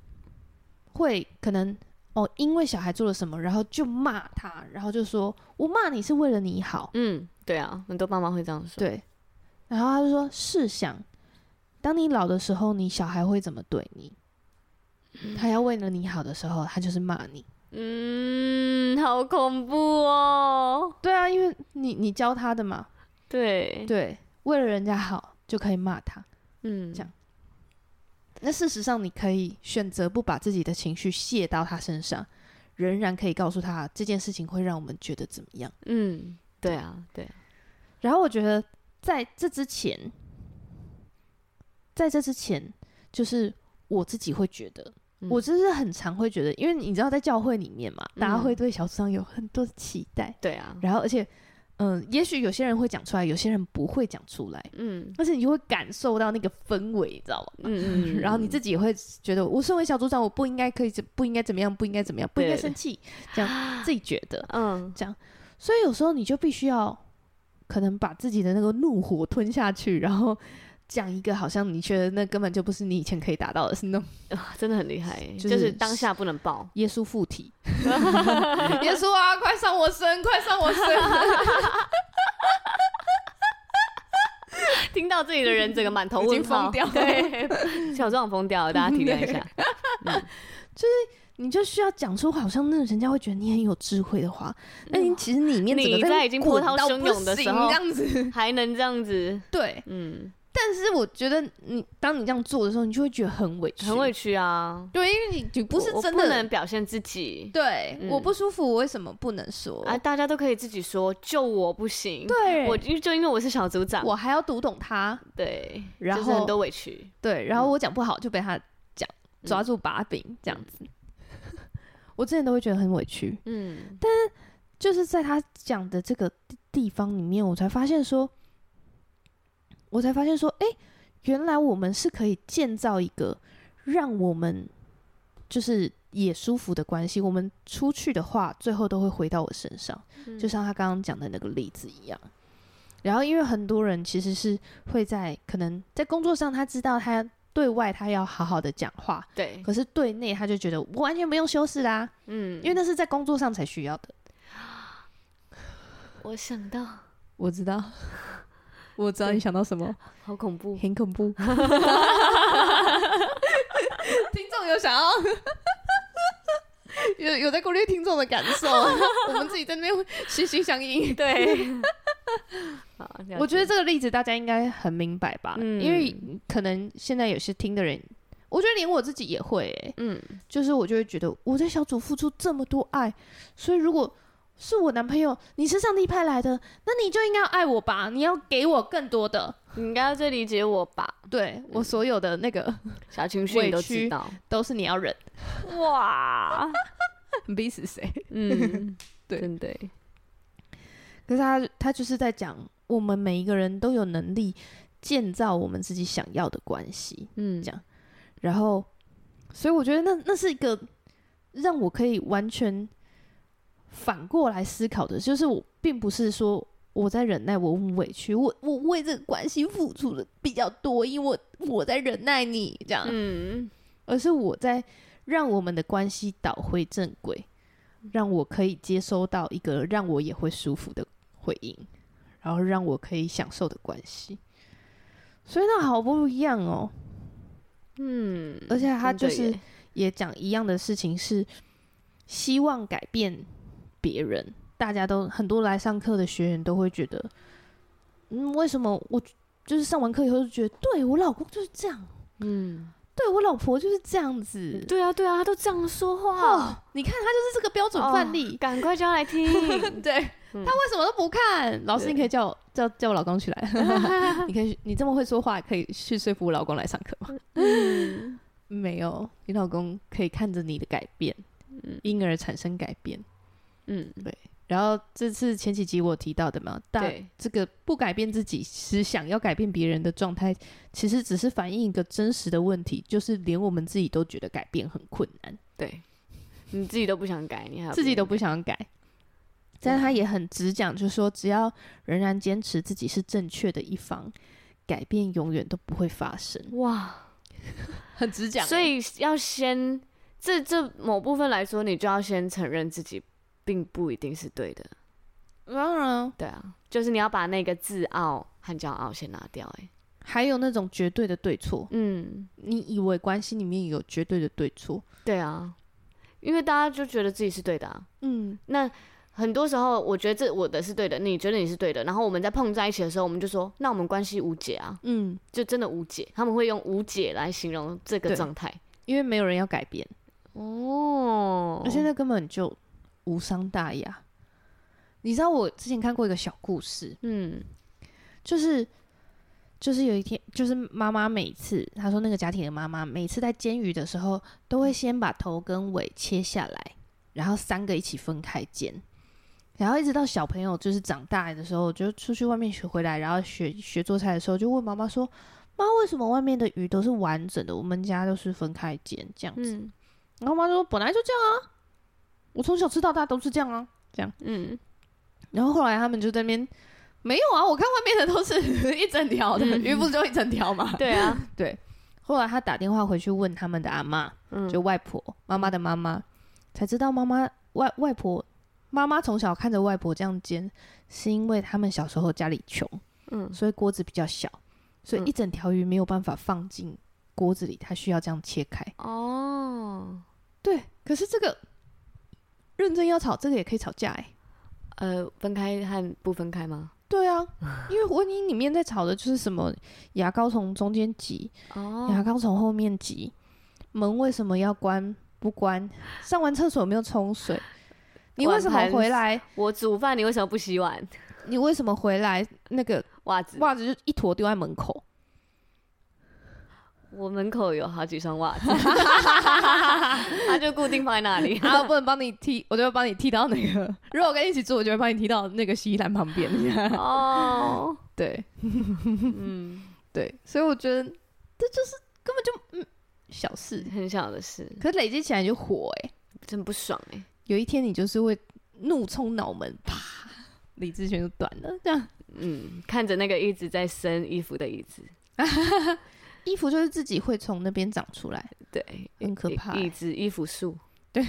Speaker 1: 会可能哦，因为小孩做了什么，然后就骂他，然后就说我骂你是为了你好，
Speaker 2: 嗯，对啊，很多爸妈会这样说。
Speaker 1: 对，然后他就说试想，当你老的时候，你小孩会怎么对你？他要为了你好的时候，他就是骂你。
Speaker 2: 嗯，好恐怖哦。
Speaker 1: 对啊，因为你你教他的嘛，
Speaker 2: 对，
Speaker 1: 对，为了人家好就可以骂他。
Speaker 2: 嗯，
Speaker 1: 这样那事实上，你可以选择不把自己的情绪泄到他身上，仍然可以告诉他这件事情会让我们觉得怎么样。
Speaker 2: 嗯，对啊，对啊，
Speaker 1: 然后我觉得在这之前，在这之前，就是我自己会觉得，
Speaker 2: 嗯
Speaker 1: 我就是很常会觉得，因为你知道在教会里面嘛，大家
Speaker 2: 嗯
Speaker 1: 会对小组长有很多的期待，
Speaker 2: 对啊，
Speaker 1: 然后而且，嗯、也许有些人会讲出来，有些人不会讲出来，
Speaker 2: 嗯
Speaker 1: 而且你就会感受到那个氛围，你知道吗？
Speaker 2: 嗯 嗯，
Speaker 1: 然后你自
Speaker 2: 己
Speaker 1: 己也会觉得，我身为小组长，我不应该可以怎，不应该怎么样，不应该怎么样，不应该
Speaker 2: 对
Speaker 1: 生气，这 样自己觉得。
Speaker 2: 嗯
Speaker 1: 所以有时候你就必须要，可能把自己的那个怒火吞下去，然后讲一个好像你觉得那根本就不是你以前可以达到的，是那种
Speaker 2: 啊真的很厉害耶，
Speaker 1: 就
Speaker 2: 就是
Speaker 1: 是
Speaker 2: 当下不能爆。
Speaker 1: 耶稣附体。
Speaker 3: 耶稣啊，快上我身，快上我身！
Speaker 2: 听到这里的人整个满头
Speaker 3: 已经
Speaker 2: 问号，
Speaker 3: 疯掉了
Speaker 2: 对， 小壮疯掉了，大家体谅一 下。
Speaker 1: 你就需要讲出好像那人家会觉得你很有智慧的话，那你其实里面整个
Speaker 2: 嗯你在已经波
Speaker 1: 滚
Speaker 2: 涛
Speaker 1: 到
Speaker 2: 汹
Speaker 1: 不
Speaker 2: 涌的时
Speaker 1: 行
Speaker 2: 候
Speaker 1: 这样子，
Speaker 2: 还能这样子，
Speaker 1: 对。
Speaker 2: 嗯，
Speaker 1: 但是我觉得你当你这样做的时候，你就会觉得很委屈，
Speaker 2: 很委屈啊。
Speaker 1: 对，因为你你不是
Speaker 2: 我我
Speaker 1: 真
Speaker 2: 不
Speaker 1: 的
Speaker 2: 能表现自己
Speaker 1: 对，
Speaker 2: 嗯
Speaker 1: 我不舒服，我为什么不能说？
Speaker 2: 啊，大家都可以自己说，就我不行。
Speaker 1: 对，
Speaker 2: 我
Speaker 1: 我
Speaker 2: 因就因为我是小组长，
Speaker 1: 我还要读懂他，
Speaker 2: 对，
Speaker 1: 然
Speaker 2: 就是很
Speaker 1: 后
Speaker 2: 多委屈，
Speaker 1: 对，然后我讲不好就被他讲
Speaker 2: 嗯
Speaker 1: 抓住把柄这样子。 我之前都会觉得很委屈，
Speaker 2: 嗯，
Speaker 1: 就是在他讲的这个地地方里面，我才发现说，我才发现说，哎、原来我们是可以建造一个让我们就是也舒服的关系。我们出去的话，最后都会回到我身上。
Speaker 2: 嗯
Speaker 1: 就像他刚刚讲的那个例子一样。然后，因为很多人其实是会在可能在工作上，他知道他对外他要好好的讲话，
Speaker 2: 对，
Speaker 1: 可是对内他就觉得我完全不用修饰啦，
Speaker 2: 嗯，
Speaker 1: 因为那是在工作上才需要的。
Speaker 2: 我想到
Speaker 3: 我知道， 我知道你想到什么，
Speaker 2: 好恐怖，
Speaker 1: 很恐怖，
Speaker 3: 听众有想要 有有在顾虑听众的感受，我们自己在那边 心心相印。
Speaker 2: 对，好了
Speaker 1: 我觉
Speaker 2: 解
Speaker 1: 得这个例子大家应该很明白吧？
Speaker 2: 嗯
Speaker 1: 因为可能现在有些听的人，我觉得连我自己也会、欸，
Speaker 2: 嗯，
Speaker 1: 就是我就会觉得我对小组付出这么多爱，所以如果是我男朋友，你是上帝派来的，那你就应该要爱我吧，你要给我更多的，
Speaker 2: 你应该要最理解我吧，
Speaker 1: 对我所有的那个
Speaker 2: 小情绪你都
Speaker 1: 委
Speaker 2: 知
Speaker 1: 屈
Speaker 2: 道，
Speaker 1: 都是你要 忍，
Speaker 2: 哇，
Speaker 3: 逼死谁？
Speaker 2: 嗯，
Speaker 3: 对
Speaker 2: 真的耶，
Speaker 1: 可是他他就是在讲，我们每一个人都有能力建造我们自己想要的关系，
Speaker 2: 嗯
Speaker 1: 这样然后，所以我觉得那那是一个让我可以完全反过来思考的，就是我并不是说我在忍耐，我很委屈，我我为这个关系付出的比较多，因为我我在忍耐你这样，
Speaker 2: 嗯，
Speaker 1: 而是我在让我们的关系导回正轨，让我可以接收到一个让我也会舒服的回应，然后让我可以享受的关系。所以那好不一样哦，嗯，而且他就
Speaker 2: 真的
Speaker 1: 是
Speaker 2: 耶
Speaker 1: 也讲一样的事情，是希望改变别人。大家都很多来上课的学员都会觉得，嗯，为什么我就是上完课以后就觉得，对我老公就是这样，
Speaker 2: 嗯，
Speaker 1: 对我老婆就是这样 子，
Speaker 2: 对啊，对啊，他都这样说
Speaker 1: 哦
Speaker 2: 话，，哦
Speaker 1: 你看他就是这个标准范例，
Speaker 2: 赶快叫他来听。
Speaker 1: 对、他为什么都不看？老师，
Speaker 2: 对
Speaker 1: 你可以叫我叫叫我老公去来， 你可以去你这么会说话，可以去说服我老公来上课吗？
Speaker 2: 嗯
Speaker 1: 没有，嗯你老公可以看着你的改变，因而产生改变。
Speaker 2: 嗯，
Speaker 1: 然后这次前几集我有提到的嘛，大
Speaker 2: 对
Speaker 1: 这个不改变自己，只想要改变别人的状态，其实只是反映一个真实的问题，就是连我们自己都觉得改变很困难。
Speaker 2: 对，你自己都不想改，你还要
Speaker 1: 自己
Speaker 2: 别人
Speaker 1: 都不想改。但他也很直讲，就说只要仍然坚持自己是正确的一方，改变永远都不会发生。
Speaker 2: 哇，
Speaker 1: 很直讲欸
Speaker 2: 所以要先这这某部分来说，你就要先承认自己并不一定是对的。
Speaker 1: 当然
Speaker 2: 对啊，就是你要把那个自傲和骄傲先拿掉、欸。哎，
Speaker 1: 还有那种绝对的对错，
Speaker 2: 嗯，
Speaker 1: 你以为关系里面有绝对的对错，
Speaker 2: 对啊，因为大家就觉得自己是对的、啊。
Speaker 1: 嗯，
Speaker 2: 那很多时候，我觉得这我的是对的，你觉得你是对的，然后我们在碰在一起的时候，我们就说，那我们关系无解啊，
Speaker 1: 嗯，
Speaker 2: 就真的无解。他们会用无解来形容这个
Speaker 1: 对
Speaker 2: 状态。
Speaker 1: 因为没有人要改变，
Speaker 2: 哦，
Speaker 1: 而且那根本就无伤大雅。你知道我之前看过一个小故事，
Speaker 2: 嗯
Speaker 1: 就是就是有一天，就是妈妈每次，她说那个家庭的妈妈每次在煎鱼的时候，都会先把头跟尾切下来，然后三个一起分开煎，然后一直到小朋友就是长大的时候，就出去外面学回来，然后学学做菜的时候，就问妈妈说：“妈，为什么外面的鱼都是完整的，我们家都是分开煎这样子？”
Speaker 2: 嗯
Speaker 1: 然后妈就说：“本来就这样啊，我从小吃到大都是这样啊。”
Speaker 2: 嗯，
Speaker 1: 然后后来他们就在那边，没有啊，我看外面的都是一整条的，鱼不是就一整条嘛？
Speaker 2: 嗯对啊，
Speaker 1: 对。后来他打电话回去问他们的阿妈，
Speaker 2: 嗯
Speaker 1: 就外婆妈妈的妈妈，才知道妈妈外外婆妈妈从小看着外婆这样煎，是因为他们小时候家里穷，
Speaker 2: 嗯
Speaker 1: 所以锅子比较小，所以一整条鱼没有办法放进锅子里，它需要这样切开。
Speaker 2: 哦，
Speaker 1: 对，可是这个认真要吵，这个也可以吵架哎、
Speaker 2: 呃，分开和不分开吗？
Speaker 1: 对啊， 因为婚姻里面在吵的就是什么牙膏从中间挤，牙
Speaker 2: 哦，
Speaker 1: 膏从后面挤，门为什么要关不关？上完厕所有没有冲 水？你为什么回来？
Speaker 2: 我煮饭你为什么不洗碗？
Speaker 1: 你为什么回来？那个
Speaker 2: 袜子，
Speaker 1: 袜子就一坨丢在门 口，
Speaker 2: 我门口有好几双袜 子，它就固定放在那里。
Speaker 1: 然啊后不能帮你踢，我就会帮你踢到那个。 如果我跟你一起住，我就会帮你踢到那个洗衣篮旁边。
Speaker 2: 哦，
Speaker 1: 对
Speaker 2: 嗯，
Speaker 1: 对，所以我觉得这就是根本就嗯小事，
Speaker 2: 很小的事，
Speaker 1: 可是累积起来就火哎、
Speaker 2: 真不爽哎、
Speaker 1: 有一天你就是会怒冲脑门，啪，理智全就断了。这样
Speaker 2: 嗯，看着那个一直在生衣服的椅子，
Speaker 1: 衣服就是自己会从那边长出来，
Speaker 2: 对，
Speaker 1: 很可怕欸
Speaker 2: 椅子、衣服树，
Speaker 1: 对。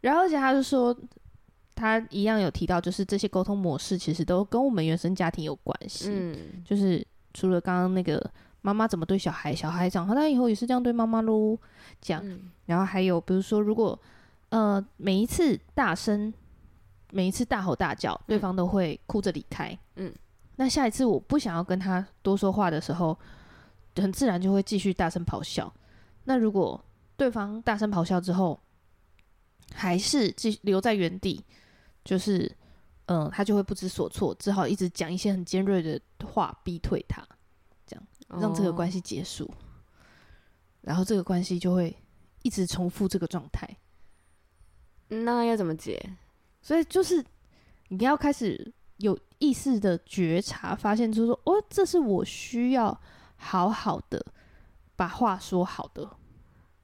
Speaker 1: 然后而且他就说，他一样有提到，就是这些沟通模式其实都跟我们原生家庭有关系。
Speaker 2: 嗯，
Speaker 1: 就是除了刚刚那个妈妈怎么对小孩，小孩长大以后也是这样对妈妈喽，这样。
Speaker 2: 嗯
Speaker 1: 然后还有比如说，如果呃每一次大声，每一次大吼大叫，对方都会哭着离开。
Speaker 2: 嗯，
Speaker 1: 那下一次我不想要跟他多说话的时候，很自然就会继续大声咆哮。那如果对方大声咆哮之后，还是继留在原地，就是嗯、呃他就会不知所措，只好一直讲一些很尖锐的话逼退他。让这个关
Speaker 2: 系，
Speaker 1: 系结束，然后这个关系就会一直重复这个状态。
Speaker 2: 哦那要怎么解？
Speaker 1: 所以就是你要开始有意识的觉察，发现就是说，哦，这是我需要好好的把话说好的，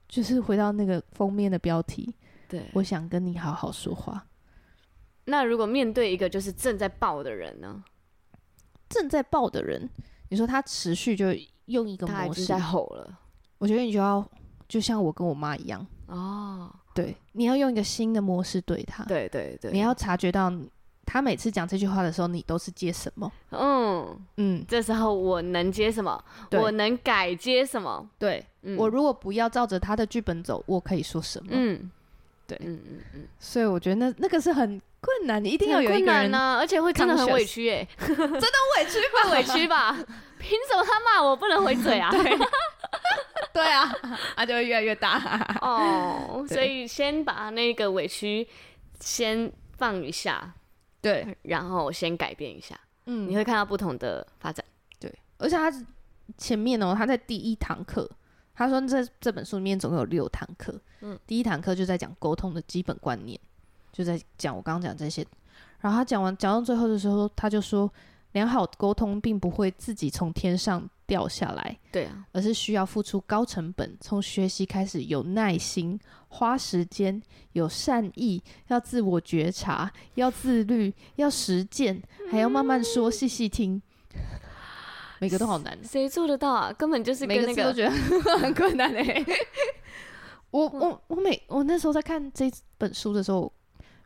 Speaker 1: 就是回到那个封面的标题，
Speaker 2: 对，
Speaker 1: 我想跟你好好说话。
Speaker 2: 那如果面对一个就是正在爆的人呢，
Speaker 1: 正在爆的人，你说他持续就用一个
Speaker 2: 他已
Speaker 1: 模
Speaker 2: 经
Speaker 1: 式，
Speaker 2: 在吼了
Speaker 1: 我觉得你就要就像我跟我妈一样，
Speaker 2: 哦，
Speaker 1: 对，你要用一个新的模式对他，
Speaker 2: 对对对，
Speaker 1: 你要察觉到他每次讲这句话的时候，你都是接什么，
Speaker 2: 嗯，
Speaker 1: 嗯，
Speaker 2: 这时候我能接什么？
Speaker 1: 对
Speaker 2: 我能改接什么？
Speaker 1: 对、
Speaker 2: 嗯
Speaker 1: 我如果不要照着他的剧本走，我可以说什么？
Speaker 2: 嗯，
Speaker 1: 对
Speaker 2: 嗯嗯嗯，
Speaker 1: 所以我觉得那那个是很困难，你一
Speaker 2: 一
Speaker 1: 定要有一个人
Speaker 2: 呢、啊而且会真的很
Speaker 1: conscious
Speaker 2: 委屈 哎、
Speaker 1: 委屈
Speaker 2: 会委 屈吧？ 凭什么他骂我不能回嘴啊？
Speaker 1: 对啊，他就会越来越大。
Speaker 2: 哦，
Speaker 1: 对
Speaker 2: 所以先把那个委屈先放一下，
Speaker 1: 对，
Speaker 2: 然后先改变一下，
Speaker 1: 嗯
Speaker 2: 你会看到不同的发展。
Speaker 1: 对，而且他是前面哦，他在第一堂课，他说这这本书里面总共有六堂课，嗯，第一堂课就在讲沟通的基本观念，就在讲我刚刚讲这些，然后他讲完讲到最后的时候，他就说，良好沟通并不会自己从天上掉下来，
Speaker 2: 对啊，
Speaker 1: 而是需要付出高成本，从学习开始有耐心、花时间、有善意，要自我觉察，要自律，要实践，还要慢慢说、细细听。 每个都好难，
Speaker 2: 谁做得到啊？根本就是
Speaker 1: 每个
Speaker 2: 跟那
Speaker 1: 字都
Speaker 2: 个
Speaker 1: 觉得 很困难哎、我我我每我那时候在看这本书的时候，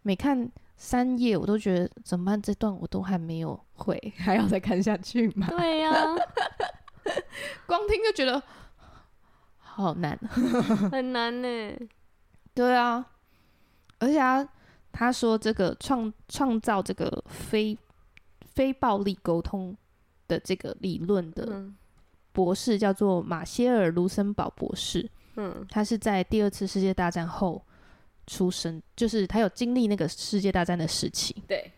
Speaker 1: 每看三页我都觉得怎么办？这段我都还没有会，还要再看下去 吗？
Speaker 2: 对呀、
Speaker 1: 光听就觉得好难。哦
Speaker 2: 很 难呢、
Speaker 1: 对啊，而且他他说这个创创造这个非非暴力沟通的这个理论的
Speaker 2: 嗯
Speaker 1: 博士叫做马歇尔·卢森堡博士，
Speaker 2: 嗯
Speaker 1: 他是在第二次世界大战后出生，就是他有经历那个世界大战的时期。
Speaker 2: 对，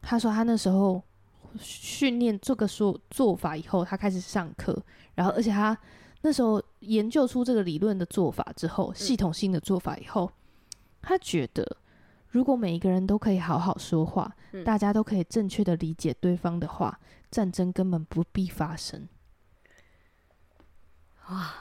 Speaker 1: 他说他那时候训练这个说做法以后，他开始上课，然后而且他那时候研究出这个理论的做法之
Speaker 2: 嗯
Speaker 1: 后，系统性的做法以后，他觉得如果每一个人都可以好好说话，
Speaker 2: 嗯
Speaker 1: 大家都可以正确的理解对方的话，战争根本不必发生。
Speaker 2: 哇，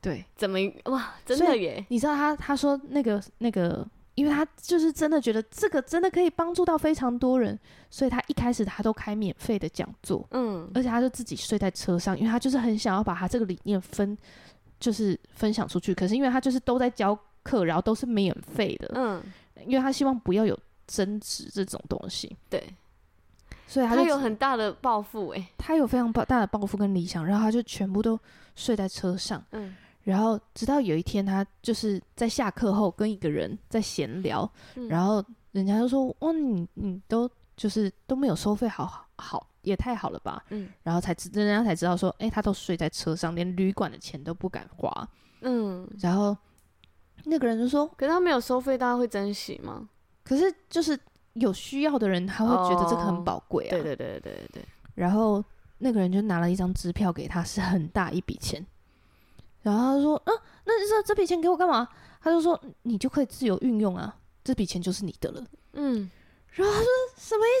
Speaker 1: 对，
Speaker 2: 怎么哇？真
Speaker 1: 所
Speaker 2: 的
Speaker 1: 以
Speaker 2: 耶，
Speaker 1: 你知道他他说那个那个，因为他就是真的觉得这个真的可以帮助到非常多人，所以他一开始他都开免费的讲座，
Speaker 2: 嗯
Speaker 1: 而且他就自己睡在车上，因为他就是很想要把他这个理念分，就是分享出去。可是因为他就是都在教课，然后都是免费的，
Speaker 2: 嗯，
Speaker 1: 因为他希望不要有争执这种东西，
Speaker 2: 对，
Speaker 1: 所以他
Speaker 2: 他
Speaker 1: 就
Speaker 2: 有很大的抱负哎、
Speaker 1: 他有非常大的抱负跟理想，然后他就全部都睡在车上。
Speaker 2: 嗯
Speaker 1: 然后直到有一天，他就是在下课后跟一个人在闲聊，
Speaker 2: 嗯
Speaker 1: 然后人家就说：“哇，你你都就是都没有收费好，好也太好了吧？”
Speaker 2: 嗯
Speaker 1: 然后才知人家才知道说：“哎、他都睡在车上，连旅馆的钱都不敢花。
Speaker 2: 嗯，”
Speaker 1: 然后那个人就说
Speaker 2: 可是他没有收费，大家会珍惜吗？：“
Speaker 1: 可是就是有需要的人，他会觉得这个很宝贵啊。
Speaker 2: 哦对对对对对对，
Speaker 1: 然后那个人就拿了一张支票给他，是很大一笔钱。然后他说：“嗯、那这这笔钱给我干嘛？”他就说：“你就可以自由运用啊，这笔钱就是你的了。
Speaker 2: 嗯，”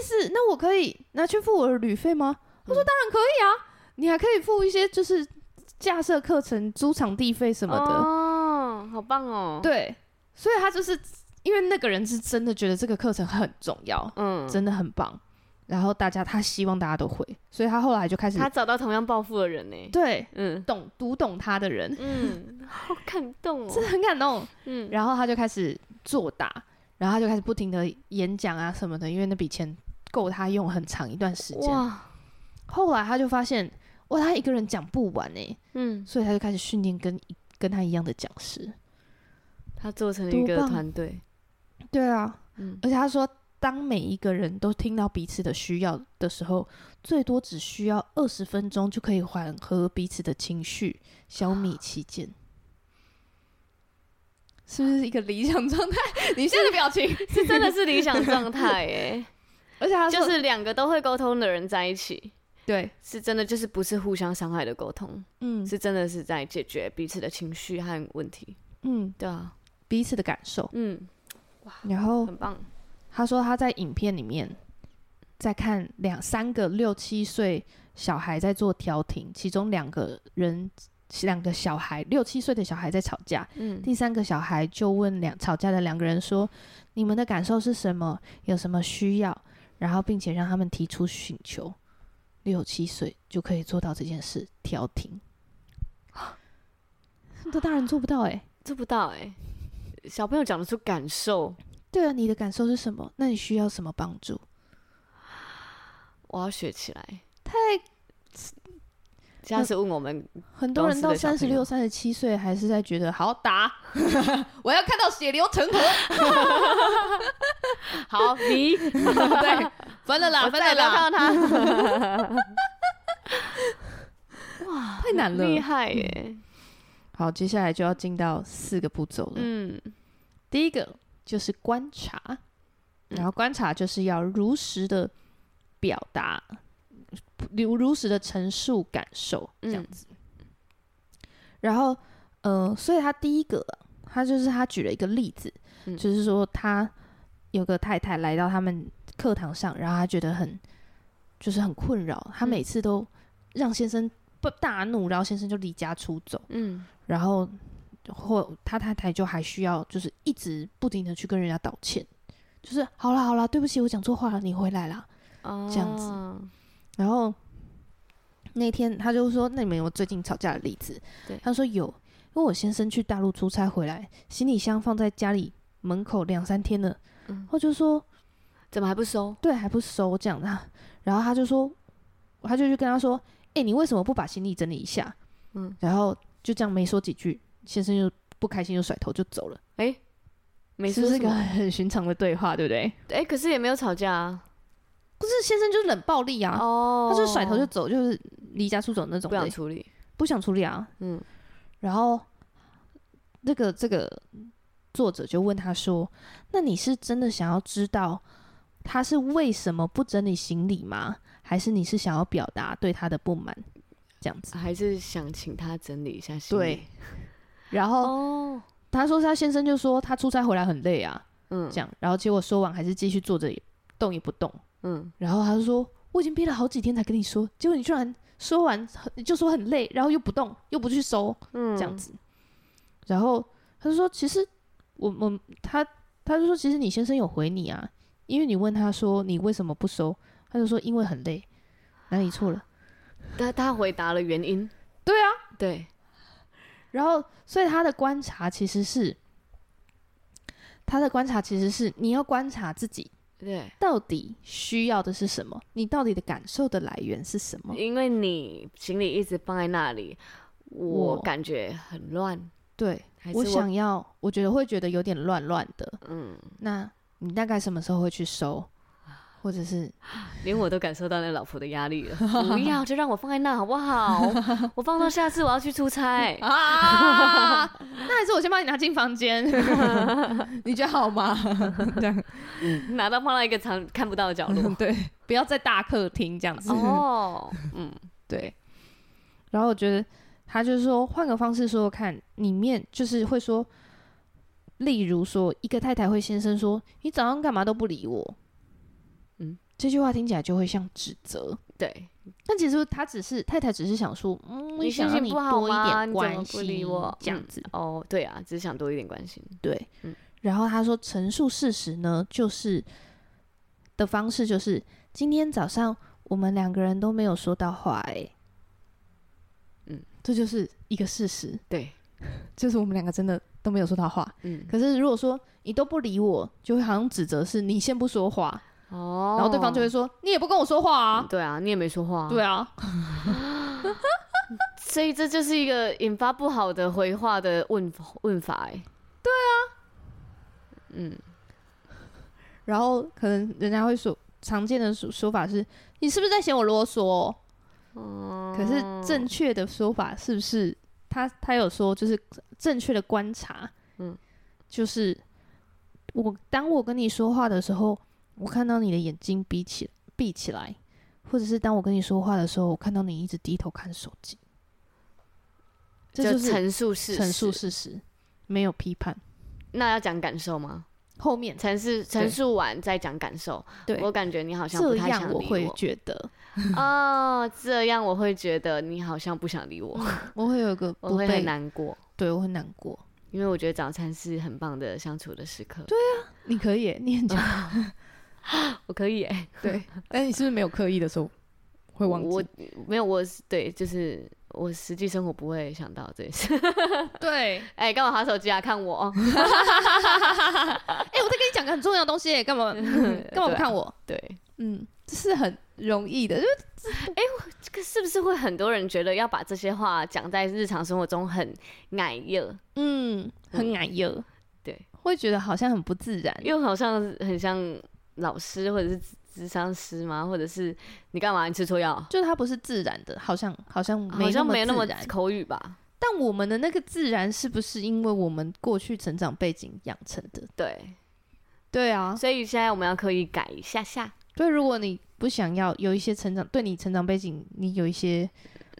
Speaker 1: 是，那我可以拿去付我的旅费吗？他
Speaker 2: 嗯
Speaker 1: 说：“当然可以啊，你还可以付一些就是架设课程、租场地费什么的。
Speaker 2: 哦，好棒哦，，
Speaker 1: 对，所以他就是因为那个人是真的觉得这个课程很重要，
Speaker 2: 嗯，
Speaker 1: 真的很棒。然后大家他希望大家都会，所以他后来就开始
Speaker 2: 他找到同样抱负的人呢、
Speaker 1: 对
Speaker 2: 嗯
Speaker 1: 懂读懂他的人，
Speaker 2: 嗯， 好感动
Speaker 1: 真
Speaker 2: 哦，
Speaker 1: 的很感动。
Speaker 2: 嗯，
Speaker 1: 然后他就开始做大，然后他就开始不停的演讲啊什么的，因为那笔钱够他用很长一段时间。
Speaker 2: 哇，
Speaker 1: 后来他就发现，哇，他一个人讲不完哎，
Speaker 2: 嗯，
Speaker 1: 所以他就开始训练跟跟他一样的讲师。
Speaker 2: 他做成了
Speaker 1: 多
Speaker 2: 一个
Speaker 1: 棒
Speaker 2: 团队，
Speaker 1: 对啊，
Speaker 2: 嗯
Speaker 1: 而且他说，当每一个人都听到彼此的需要的时候，最多只需要二十分钟就可以缓和彼此的情绪，消弭其
Speaker 2: 啊
Speaker 1: 见。是不是一个理想状 态？你现在的表情，
Speaker 2: 这真的 是理想状态 哎，
Speaker 1: 而且他说
Speaker 2: 就是两个都会沟通的人在一起，
Speaker 1: 对，
Speaker 2: 是真的就是不是互相伤害的沟通，
Speaker 1: 嗯
Speaker 2: 是真的是在解决彼此的情绪和问题，
Speaker 1: 嗯，
Speaker 2: 对啊，
Speaker 1: 彼此的感受。
Speaker 2: 嗯，
Speaker 1: 然后
Speaker 2: 很棒，
Speaker 1: 他说他在影片里面在看两三个六七岁小孩在做调停，其中两个人两个小孩六七岁的小孩在吵架，
Speaker 2: 嗯，
Speaker 1: 第三个小孩就问两吵架的两个人说：“你们的感受是什么？有什么需要？”然后并且让他们提出请求。六七岁就可以做到这件事，调停。 很多大人做不到哎、
Speaker 2: 做不到哎、小朋友讲得出感受，
Speaker 1: 对啊，你的感受是什么？那你需要什么帮助？
Speaker 2: 我要学起来。
Speaker 1: 太
Speaker 2: 下次问我们，
Speaker 1: 很多人到
Speaker 2: 当时的
Speaker 1: 三
Speaker 2: 小
Speaker 1: 十
Speaker 2: 朋友
Speaker 1: 六、三十七岁还是在觉得好打， 我要看到血流成 河。
Speaker 2: 好， 你
Speaker 1: 对，分了啦，
Speaker 2: 我
Speaker 1: 分了
Speaker 2: 再也不要
Speaker 1: 啦，
Speaker 2: 看到他，
Speaker 1: 太难了
Speaker 2: 厉。害耶、
Speaker 1: 好，接下来就要进到四个步骤了。
Speaker 2: 嗯，
Speaker 1: 第一个就是观察，
Speaker 2: 嗯
Speaker 1: 然后观察就是要如实的表达，如如实的陈述感受
Speaker 2: 嗯
Speaker 1: 这样子。然后，呃，所以他第一个，他就是他举了一个例子，
Speaker 2: 嗯
Speaker 1: 就是说他有个太太来到他们课堂上，然后他觉得很就是很困扰，他
Speaker 2: 嗯
Speaker 1: 每次都让先生不大怒，然后先生就离家出走。
Speaker 2: 嗯
Speaker 1: 然后或他太太就还需要就是一直不停的去跟人家道歉，就是好啦好啦，对不起，我讲错话了，你回来啦。
Speaker 2: 哦，
Speaker 1: 这样子然后那天他就说：“那你们有没有最近吵架的例子？”
Speaker 2: 对
Speaker 1: 他说有，因为我先生去大陆出差回来，行李箱放在家里门口两三天了，
Speaker 2: 嗯
Speaker 1: 我就说
Speaker 2: 怎么还不收？
Speaker 1: 对还不收这样的，然后他就说，他就去跟他说：“哎、你为什么不把行李整理一下？”
Speaker 2: 嗯，
Speaker 1: 然后就这样没说几句，先生就不开心就甩头就走了。
Speaker 2: 没
Speaker 1: 是
Speaker 2: 说
Speaker 1: 不是
Speaker 2: 什
Speaker 1: 一个
Speaker 2: 么？
Speaker 1: 很寻常的对话，对不对？
Speaker 2: 哎、可是也没有吵架啊。
Speaker 1: 不是，先生就是冷暴力啊，
Speaker 2: 哦，
Speaker 1: 他就是甩头就走，就是离家出走那种
Speaker 2: 不
Speaker 1: 的，
Speaker 2: 想
Speaker 1: 不
Speaker 2: 处理。
Speaker 1: 想处理啊。
Speaker 2: 嗯
Speaker 1: 然后这个这个作者就问他说：“那你是真的想要知道他是为什么不整理行李吗？还是你是想要表达对他的不满？”这样子，
Speaker 2: 还是想请他整理一下心理。
Speaker 1: 对然后
Speaker 2: 哦，
Speaker 1: 他说他先生就说他出差回来很累啊，
Speaker 2: 嗯
Speaker 1: 这样，然后结果说完还是继续坐着也动也不动，
Speaker 2: 嗯，
Speaker 1: 然后他就说：“我已经憋了好几天才跟你说，结果你居然说完很就说很累，然后又不动，又不去收，
Speaker 2: 嗯
Speaker 1: 这样子。然后他就说：“其实我我他他就说，其实你先生有回你啊，因为你问他说你为什么不收，他就说因为很累，哪里错了？
Speaker 2: 他他回答了原因。
Speaker 1: 对啊，
Speaker 2: 对，
Speaker 1: 然后所以他的观察其实是他的观察其实是你要观察自己
Speaker 2: 对，
Speaker 1: 到底需要的是什么，你到底的感受的来源是什么。”
Speaker 2: 因为你行李一直放在那里，我
Speaker 1: 我
Speaker 2: 感觉很乱，
Speaker 1: 对，
Speaker 2: 还是
Speaker 1: 我想要，我觉得会觉得有点乱乱的。
Speaker 2: 嗯，
Speaker 1: 那你大概什么时候会去收？或者是。
Speaker 2: 连我都感受到那老婆的压力了。不要，就让我放在那好不好？我放到下次我要去出差
Speaker 1: 啊， 那还是我先帮你拿进房 间，你觉得好吗？ 这样，。
Speaker 2: 拿到放到一个常看不到的角 落
Speaker 1: 对，不要在大客厅这样子。
Speaker 2: 哦，嗯，
Speaker 1: 对。然后我觉得他就是说，换个方式说说看，里面就是会说，例如说，一个太太会先生说：“你早上干嘛都不理我？”
Speaker 2: 嗯
Speaker 1: 嗯，这句话听起来就会像指责。
Speaker 2: 对，
Speaker 1: 但其实他只是太太，只是想说，嗯，我
Speaker 2: 你
Speaker 1: 想要
Speaker 2: 心情
Speaker 1: 你
Speaker 2: 不好
Speaker 1: 多一
Speaker 2: 吗？
Speaker 1: 点
Speaker 2: 你怎么
Speaker 1: 关
Speaker 2: 不
Speaker 1: 心，
Speaker 2: 理我？
Speaker 1: 这样
Speaker 2: 嗯
Speaker 1: 子、
Speaker 2: 哦，对啊，只是想多一点关心。
Speaker 1: 对。
Speaker 2: 嗯
Speaker 1: 然后他说，陈述事实呢，就是的方式就是，今天早上我们两个人都没有说到话、欸，
Speaker 2: 嗯，
Speaker 1: 这就是一个事实，
Speaker 2: 对，
Speaker 1: 就是我们两个真的都没有说到话。
Speaker 2: 嗯，
Speaker 1: 可是如果说你都不理我，就会好像指责是你先不说话，
Speaker 2: 哦，
Speaker 1: 然后对方就会说你也不跟我说话啊，
Speaker 2: 对啊，你也没说话、
Speaker 1: 对，啊，
Speaker 2: 所以这就是一个引发不好的回话的问问法、哎，对啊，嗯，
Speaker 1: 然后可能人家会说，常见的说说法是，你是不是在嫌我啰嗦？
Speaker 2: 哦
Speaker 1: 可是正确的说法是不是？他他有说，就是正确的观察，
Speaker 2: 嗯
Speaker 1: 嗯，就是我当我跟你说话的时候，我看到你的眼睛闭起闭起来，或者是当我跟你说话的时候，我看到你一直低头看手机，这
Speaker 2: 就
Speaker 1: 就是
Speaker 2: 陈述事实，
Speaker 1: 陈述事实，没有批判。
Speaker 2: 那要讲感受吗？
Speaker 1: 后面才
Speaker 2: 陈述陈述完再讲感受。
Speaker 1: 对
Speaker 2: 我感觉你好像不
Speaker 1: 这
Speaker 2: 太想
Speaker 1: 样，
Speaker 2: 理
Speaker 1: 我会觉得
Speaker 2: 哦，这样我会觉得你好像不想理我，
Speaker 1: 我会有一个
Speaker 2: 我
Speaker 1: 不
Speaker 2: 会很
Speaker 1: 被，
Speaker 2: 难过，
Speaker 1: 对我会难过。
Speaker 2: 因为我觉得早餐是很棒的相处的时刻。
Speaker 1: 你可以耶， 你很 强，
Speaker 2: 我可以、欸，
Speaker 4: 对，但哎你是不是没有刻意的时候会忘
Speaker 2: 我
Speaker 4: 记？
Speaker 2: 没有，我是对，就是我实际生活不会想到这件事。
Speaker 1: 对，
Speaker 2: 哎、干嘛划手机啊？看我，
Speaker 1: 哎、我在跟你讲个很重要的东西 耶，干嘛
Speaker 2: 啊
Speaker 1: 干嘛不看我？
Speaker 2: 对，
Speaker 1: 嗯，这是很容易的，就是
Speaker 2: 这个是不是会很多人觉得要把这些话讲在日常生活中很矮热，
Speaker 1: 嗯，很矮油，
Speaker 2: 对，
Speaker 1: 会觉得好像很不自然。
Speaker 2: 又好像很像老师或者是智智商师吗？或者是你干嘛？你吃错药？
Speaker 1: 就是它不是自然的，好像好像
Speaker 2: 好像没那
Speaker 1: 那
Speaker 2: 么
Speaker 1: 么自然。
Speaker 2: 口语吧？
Speaker 1: 但我们的那个自然，是不是因为我们过去成长背景养成的？
Speaker 2: 对，
Speaker 1: 对啊，
Speaker 2: 所以现在我们要刻意改一下下
Speaker 1: 所以如果你不想要有一些成长，对你成长背景，你有一些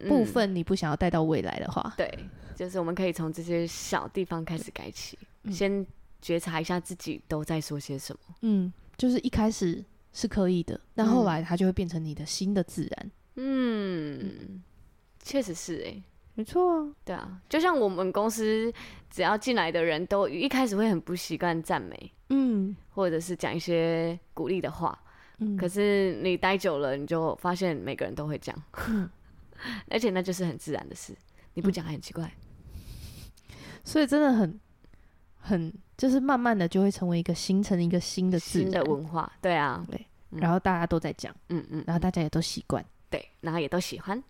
Speaker 2: 嗯
Speaker 1: 部分你不想要带到未来的话，
Speaker 2: 对，就是我们可以从这些小地方开始改起，
Speaker 1: 嗯
Speaker 2: 先觉察一下自己都在说些什么。
Speaker 1: 嗯，就是一开始是可以的，但后来它就会变成你的新的自然。
Speaker 2: 嗯，确实是哎、
Speaker 1: 没错啊，
Speaker 2: 对啊，就像我们公司只要进来的人都一开始会很不习惯赞美，
Speaker 1: 嗯
Speaker 2: 或者是讲一些鼓励的话，
Speaker 1: 嗯，
Speaker 2: 可是你待久了，你就发现每个人都会讲，
Speaker 1: 嗯
Speaker 2: 而且那就是很自然的事，你不讲还很奇怪。
Speaker 1: 所以真的很很，就是慢慢的就会成为一个形成一个新的自
Speaker 2: 新
Speaker 1: 然，
Speaker 2: 的文化，对啊，
Speaker 1: 然后大家都在讲，
Speaker 2: 嗯嗯，
Speaker 1: 然后大家也都习惯。
Speaker 2: 对，然后也都喜欢，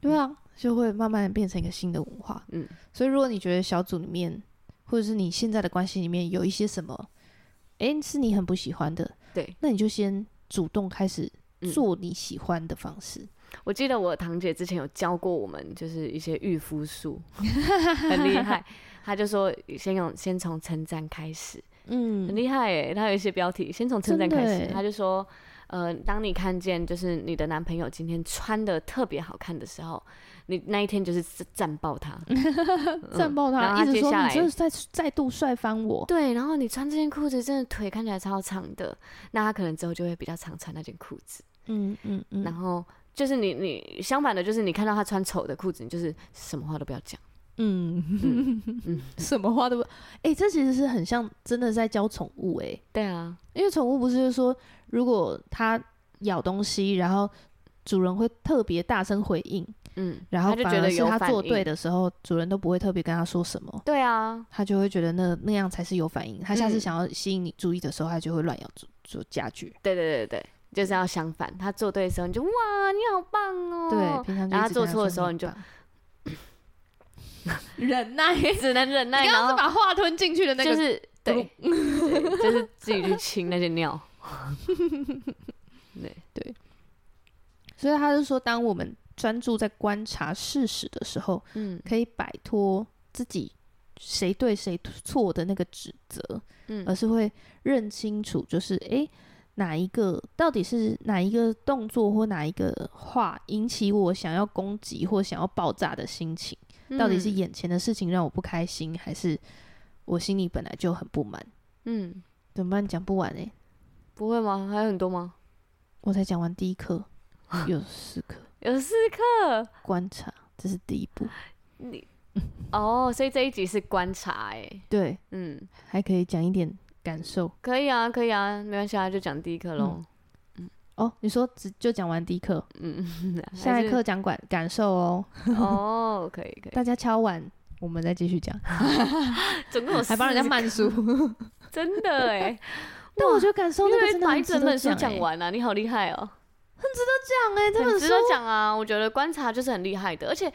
Speaker 1: 对啊，就会慢慢地变成一个新的文化。
Speaker 2: 嗯，
Speaker 1: 所以如果你觉得小组里面，或者是你现在的关系里面有一些什么，诶，是你很不喜欢的，
Speaker 2: 对，
Speaker 1: 那你就先主动开始
Speaker 2: 嗯
Speaker 1: 做你喜欢的方式。
Speaker 2: 我记得我堂姐之前有教过我们，就是一些御夫术，很厉害。她就说先用先从称赞开始，很
Speaker 1: 嗯
Speaker 2: 厉害诶。她有一些标题，先从称赞开
Speaker 1: 真的欸
Speaker 2: 始
Speaker 1: 耶。
Speaker 2: 她就说，呃，当你看见就是你的男朋友今天穿的特别好看的时候，你那一天就是赞爆他，
Speaker 1: 嗯赞爆
Speaker 2: 嗯然
Speaker 1: 他，
Speaker 2: 后他
Speaker 1: 一直
Speaker 2: 接
Speaker 1: 说
Speaker 2: 下
Speaker 1: 你
Speaker 2: 来
Speaker 1: 就是在再度帅翻我。
Speaker 2: 对，然后你穿这件裤子，真的腿看起来超长的，那他可能之后就会比较常穿那件裤子。
Speaker 1: 嗯嗯
Speaker 2: 然
Speaker 1: 嗯
Speaker 2: 后就是你你相反的，就是你看到他穿丑的裤子，你就是什么话都不要讲。
Speaker 1: 嗯嗯，什么话都不，诶，这其实是很像真的在教宠物诶。
Speaker 2: 对啊，
Speaker 1: 因为宠物不是就是说，如果它咬东西，然后主人会特别大声回应，
Speaker 2: 嗯，
Speaker 1: 然后
Speaker 2: 他就
Speaker 1: 反
Speaker 2: 觉
Speaker 1: 而
Speaker 2: 得
Speaker 1: 是
Speaker 2: 有
Speaker 1: 它
Speaker 2: 反
Speaker 1: 做
Speaker 2: 应
Speaker 1: 对。的时候，主人都不会特别跟它说什么，
Speaker 2: 对啊，
Speaker 1: 它就会觉得那那样才是有反应。它下次
Speaker 2: 嗯
Speaker 1: 想要吸引你注意的时候，它就会乱咬做做家具。
Speaker 2: 对对对对，就是要相反。他做对的时候，你就哇，你好棒哦。
Speaker 1: 对，，平常就
Speaker 2: 然后它
Speaker 1: 一直
Speaker 2: 做
Speaker 1: 跟它
Speaker 2: 错的时
Speaker 1: 说
Speaker 2: 候
Speaker 1: 很
Speaker 2: 你就
Speaker 1: 棒 忍耐。 你
Speaker 2: 只能忍耐，
Speaker 1: 刚
Speaker 2: 然
Speaker 1: 刚是
Speaker 2: 后
Speaker 1: 把话吞进去的那个，
Speaker 2: 就是对， 对就是自己去清那些尿。 对，
Speaker 1: 所以他就说，当我们专注在观察事实的时候，
Speaker 2: 嗯
Speaker 1: 可以摆脱自己谁对谁错的那个指责，而
Speaker 2: 嗯
Speaker 1: 是会认清楚，就是诶哪一个到底是哪一个动作或哪一个话引起我想要攻击或想要爆炸的心情？到底是
Speaker 2: 嗯
Speaker 1: 眼前的事情让我不开心，还是我心里本来就很不满？
Speaker 2: 嗯，
Speaker 1: 怎么办？讲不完诶，欸
Speaker 2: 不会吗？还有很多吗？
Speaker 1: 我才讲完第一 课，有四课
Speaker 2: 有四课。
Speaker 1: 观察，这是第一步。
Speaker 2: 你哦，所以这一集是观察哎、
Speaker 1: 对，
Speaker 2: 嗯，
Speaker 1: 还可以讲一点感受
Speaker 2: 可以啊，可以啊，没关系啊，就讲第一课喽。
Speaker 1: 哦。你说只就讲完第一课，
Speaker 2: 嗯，还
Speaker 1: 下一
Speaker 2: 是
Speaker 1: 课讲感感受哦。
Speaker 2: 哦，可以可以，
Speaker 1: 大家敲完，我们再继续讲，
Speaker 2: 总共有
Speaker 1: 还帮人家
Speaker 2: 40
Speaker 1: 慢书。
Speaker 2: 个，真的哎、
Speaker 1: 但我觉得感受那
Speaker 2: 因
Speaker 1: 个
Speaker 2: 为
Speaker 1: 真的
Speaker 2: 把
Speaker 1: 很
Speaker 2: 一
Speaker 1: 值
Speaker 2: 整
Speaker 1: 得
Speaker 2: 本书
Speaker 1: 讲、欸
Speaker 2: 讲，欸完了、你好厉害哦、
Speaker 1: 讲哎、这
Speaker 2: 很
Speaker 1: 本
Speaker 2: 值
Speaker 1: 书
Speaker 2: 得讲欸啊！我觉得观察就是很厉害的，而且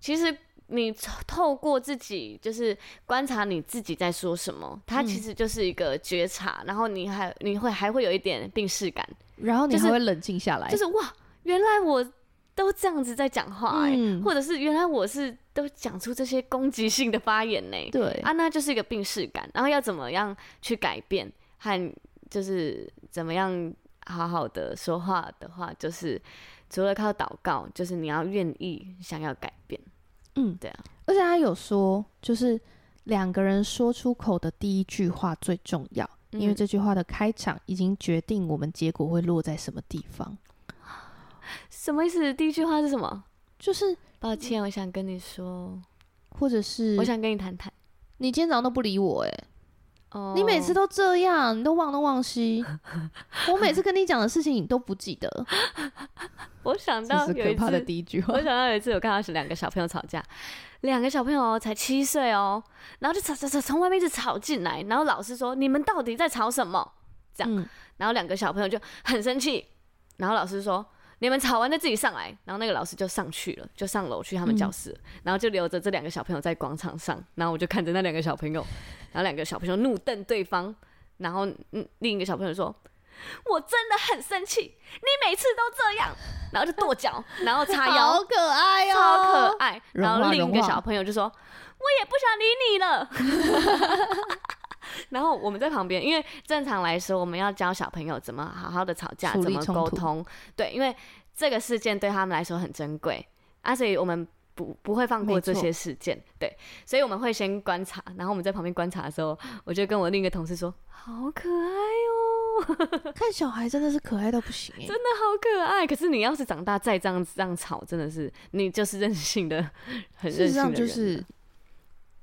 Speaker 2: 其实你透透过自己就是观察你自己在说什么，它
Speaker 1: 嗯
Speaker 2: 其实就是一个觉察，然后你还你会还会有一点病视感，
Speaker 1: 然后你
Speaker 2: 就是
Speaker 1: 还会冷静下来，
Speaker 2: 就是哇，原来我都这样子在讲话、欸，
Speaker 1: 嗯
Speaker 2: 或者是原来我是都讲出这些攻击性的发言呢、
Speaker 1: 对，
Speaker 2: 啊，那就是一个病视感，然后要怎么样去改变和就是怎么样好好的说话的话，就是除了靠祷告，就是你要愿意想要改变。
Speaker 1: 嗯
Speaker 2: 对啊，
Speaker 1: 而且他有说，就是两个人说出口的第一句话最重要，因为
Speaker 2: 嗯
Speaker 1: 这句话的开场已经决定我们结果会落在什么地方。
Speaker 2: 什么意思？第一句话是什么？
Speaker 1: 就是，
Speaker 2: 抱歉，我想跟你说，
Speaker 1: 或者是
Speaker 2: 我想跟你谈谈。
Speaker 1: 你今天早上都不理我、欸，
Speaker 2: 哦
Speaker 1: 你每次都这样，你都忘东忘 西。我每次跟你讲的事情，你都不记 得，
Speaker 2: 我想到有一次，
Speaker 1: 第一句
Speaker 2: 我想到有一次我看到是两个小朋友吵架，两个小朋友哦才七岁哦，然后就吵吵吵从外面一直吵进来，然后老师说你们到底在吵什么？这样
Speaker 1: 嗯，
Speaker 2: 然后两个小朋友就很生气，然后老师说你们吵完再自己上来，然后那个老师就上去了，就上楼去他们教室了，然后就留着这两个小朋友在广场上，然后我就看着那两个小朋友，然后两个小朋友怒瞪对方，然后嗯另一个小朋友说。我真的很生气，你每次都这样，然后就跺脚，然后叉腰，
Speaker 1: 好可爱哦、
Speaker 2: 超可爱。
Speaker 1: 融
Speaker 2: 然后
Speaker 1: 化
Speaker 2: 另一
Speaker 1: 融
Speaker 2: 个
Speaker 1: 化
Speaker 2: 小朋友就说：“我也不想理你了。” 然后我们在旁边，因为正常来说，我们要教小朋友怎么好好的吵架，
Speaker 1: 处
Speaker 2: 怎
Speaker 1: 理
Speaker 2: 么
Speaker 1: 冲
Speaker 2: 沟
Speaker 1: 突
Speaker 2: 通。对，因为这个事件对他们来说很珍贵啊，所以我们不不会放过
Speaker 1: 没
Speaker 2: 这
Speaker 1: 错
Speaker 2: 些事件。对，所以我们会先观察，然后我们在旁边观察的时候，我就跟我另一个同事说：“好可爱哦。”
Speaker 1: 看小孩真的是可爱到不行、欸，
Speaker 2: 真的 好可爱。可是你要是长大再这样这样吵，真的是你就是任性的，很
Speaker 1: 事
Speaker 2: 任
Speaker 1: 实
Speaker 2: 性的
Speaker 1: 上就
Speaker 2: 人
Speaker 1: 是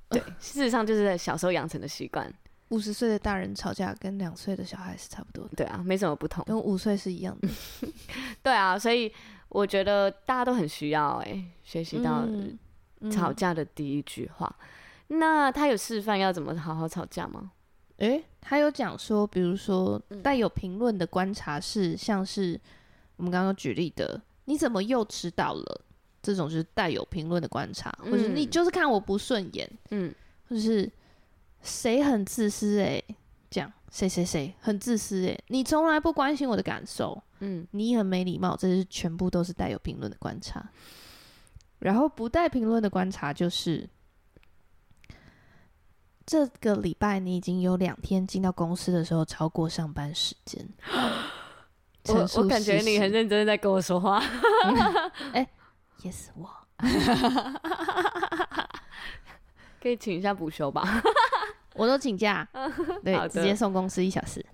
Speaker 2: 对，事实上就是在小时候养成的习惯，
Speaker 1: 五十岁的大人吵架跟两岁的小孩是差不多的，
Speaker 2: 对啊，没什么不同。
Speaker 1: 跟五岁是一样的。
Speaker 2: 嗯对啊，所以我觉得大家都很需要哎、学习到
Speaker 1: 嗯
Speaker 2: 吵
Speaker 1: 嗯
Speaker 2: 架的第一句话。那他有示范要怎么好好吵架吗？
Speaker 1: 诶、他有讲说，比如说
Speaker 2: 嗯
Speaker 1: 带有评论的观察是，像是我们刚刚举例的，你怎么又迟到了？这种就是带有评论的观察，或者是你
Speaker 2: 嗯
Speaker 1: 就是看我不顺眼，
Speaker 2: 嗯，
Speaker 1: 或者是谁很自私诶、这样谁谁谁很自私诶、你从来不关心我的感受，
Speaker 2: 嗯，
Speaker 1: 你很没礼貌，这是全部都是带有评论的观察。然后不带评论的观察就是，这个礼拜你已经有两天进到公司的时候超过上班时间。
Speaker 2: 我
Speaker 1: 陈述
Speaker 2: 我感觉
Speaker 1: 事实嗯哎
Speaker 2: 你很认真地在跟我说话，
Speaker 1: yes 我
Speaker 2: 可以请一下补休吧。
Speaker 1: 我都请 假，
Speaker 2: 好
Speaker 1: 对，
Speaker 2: 的
Speaker 1: 直接送公司一小 时。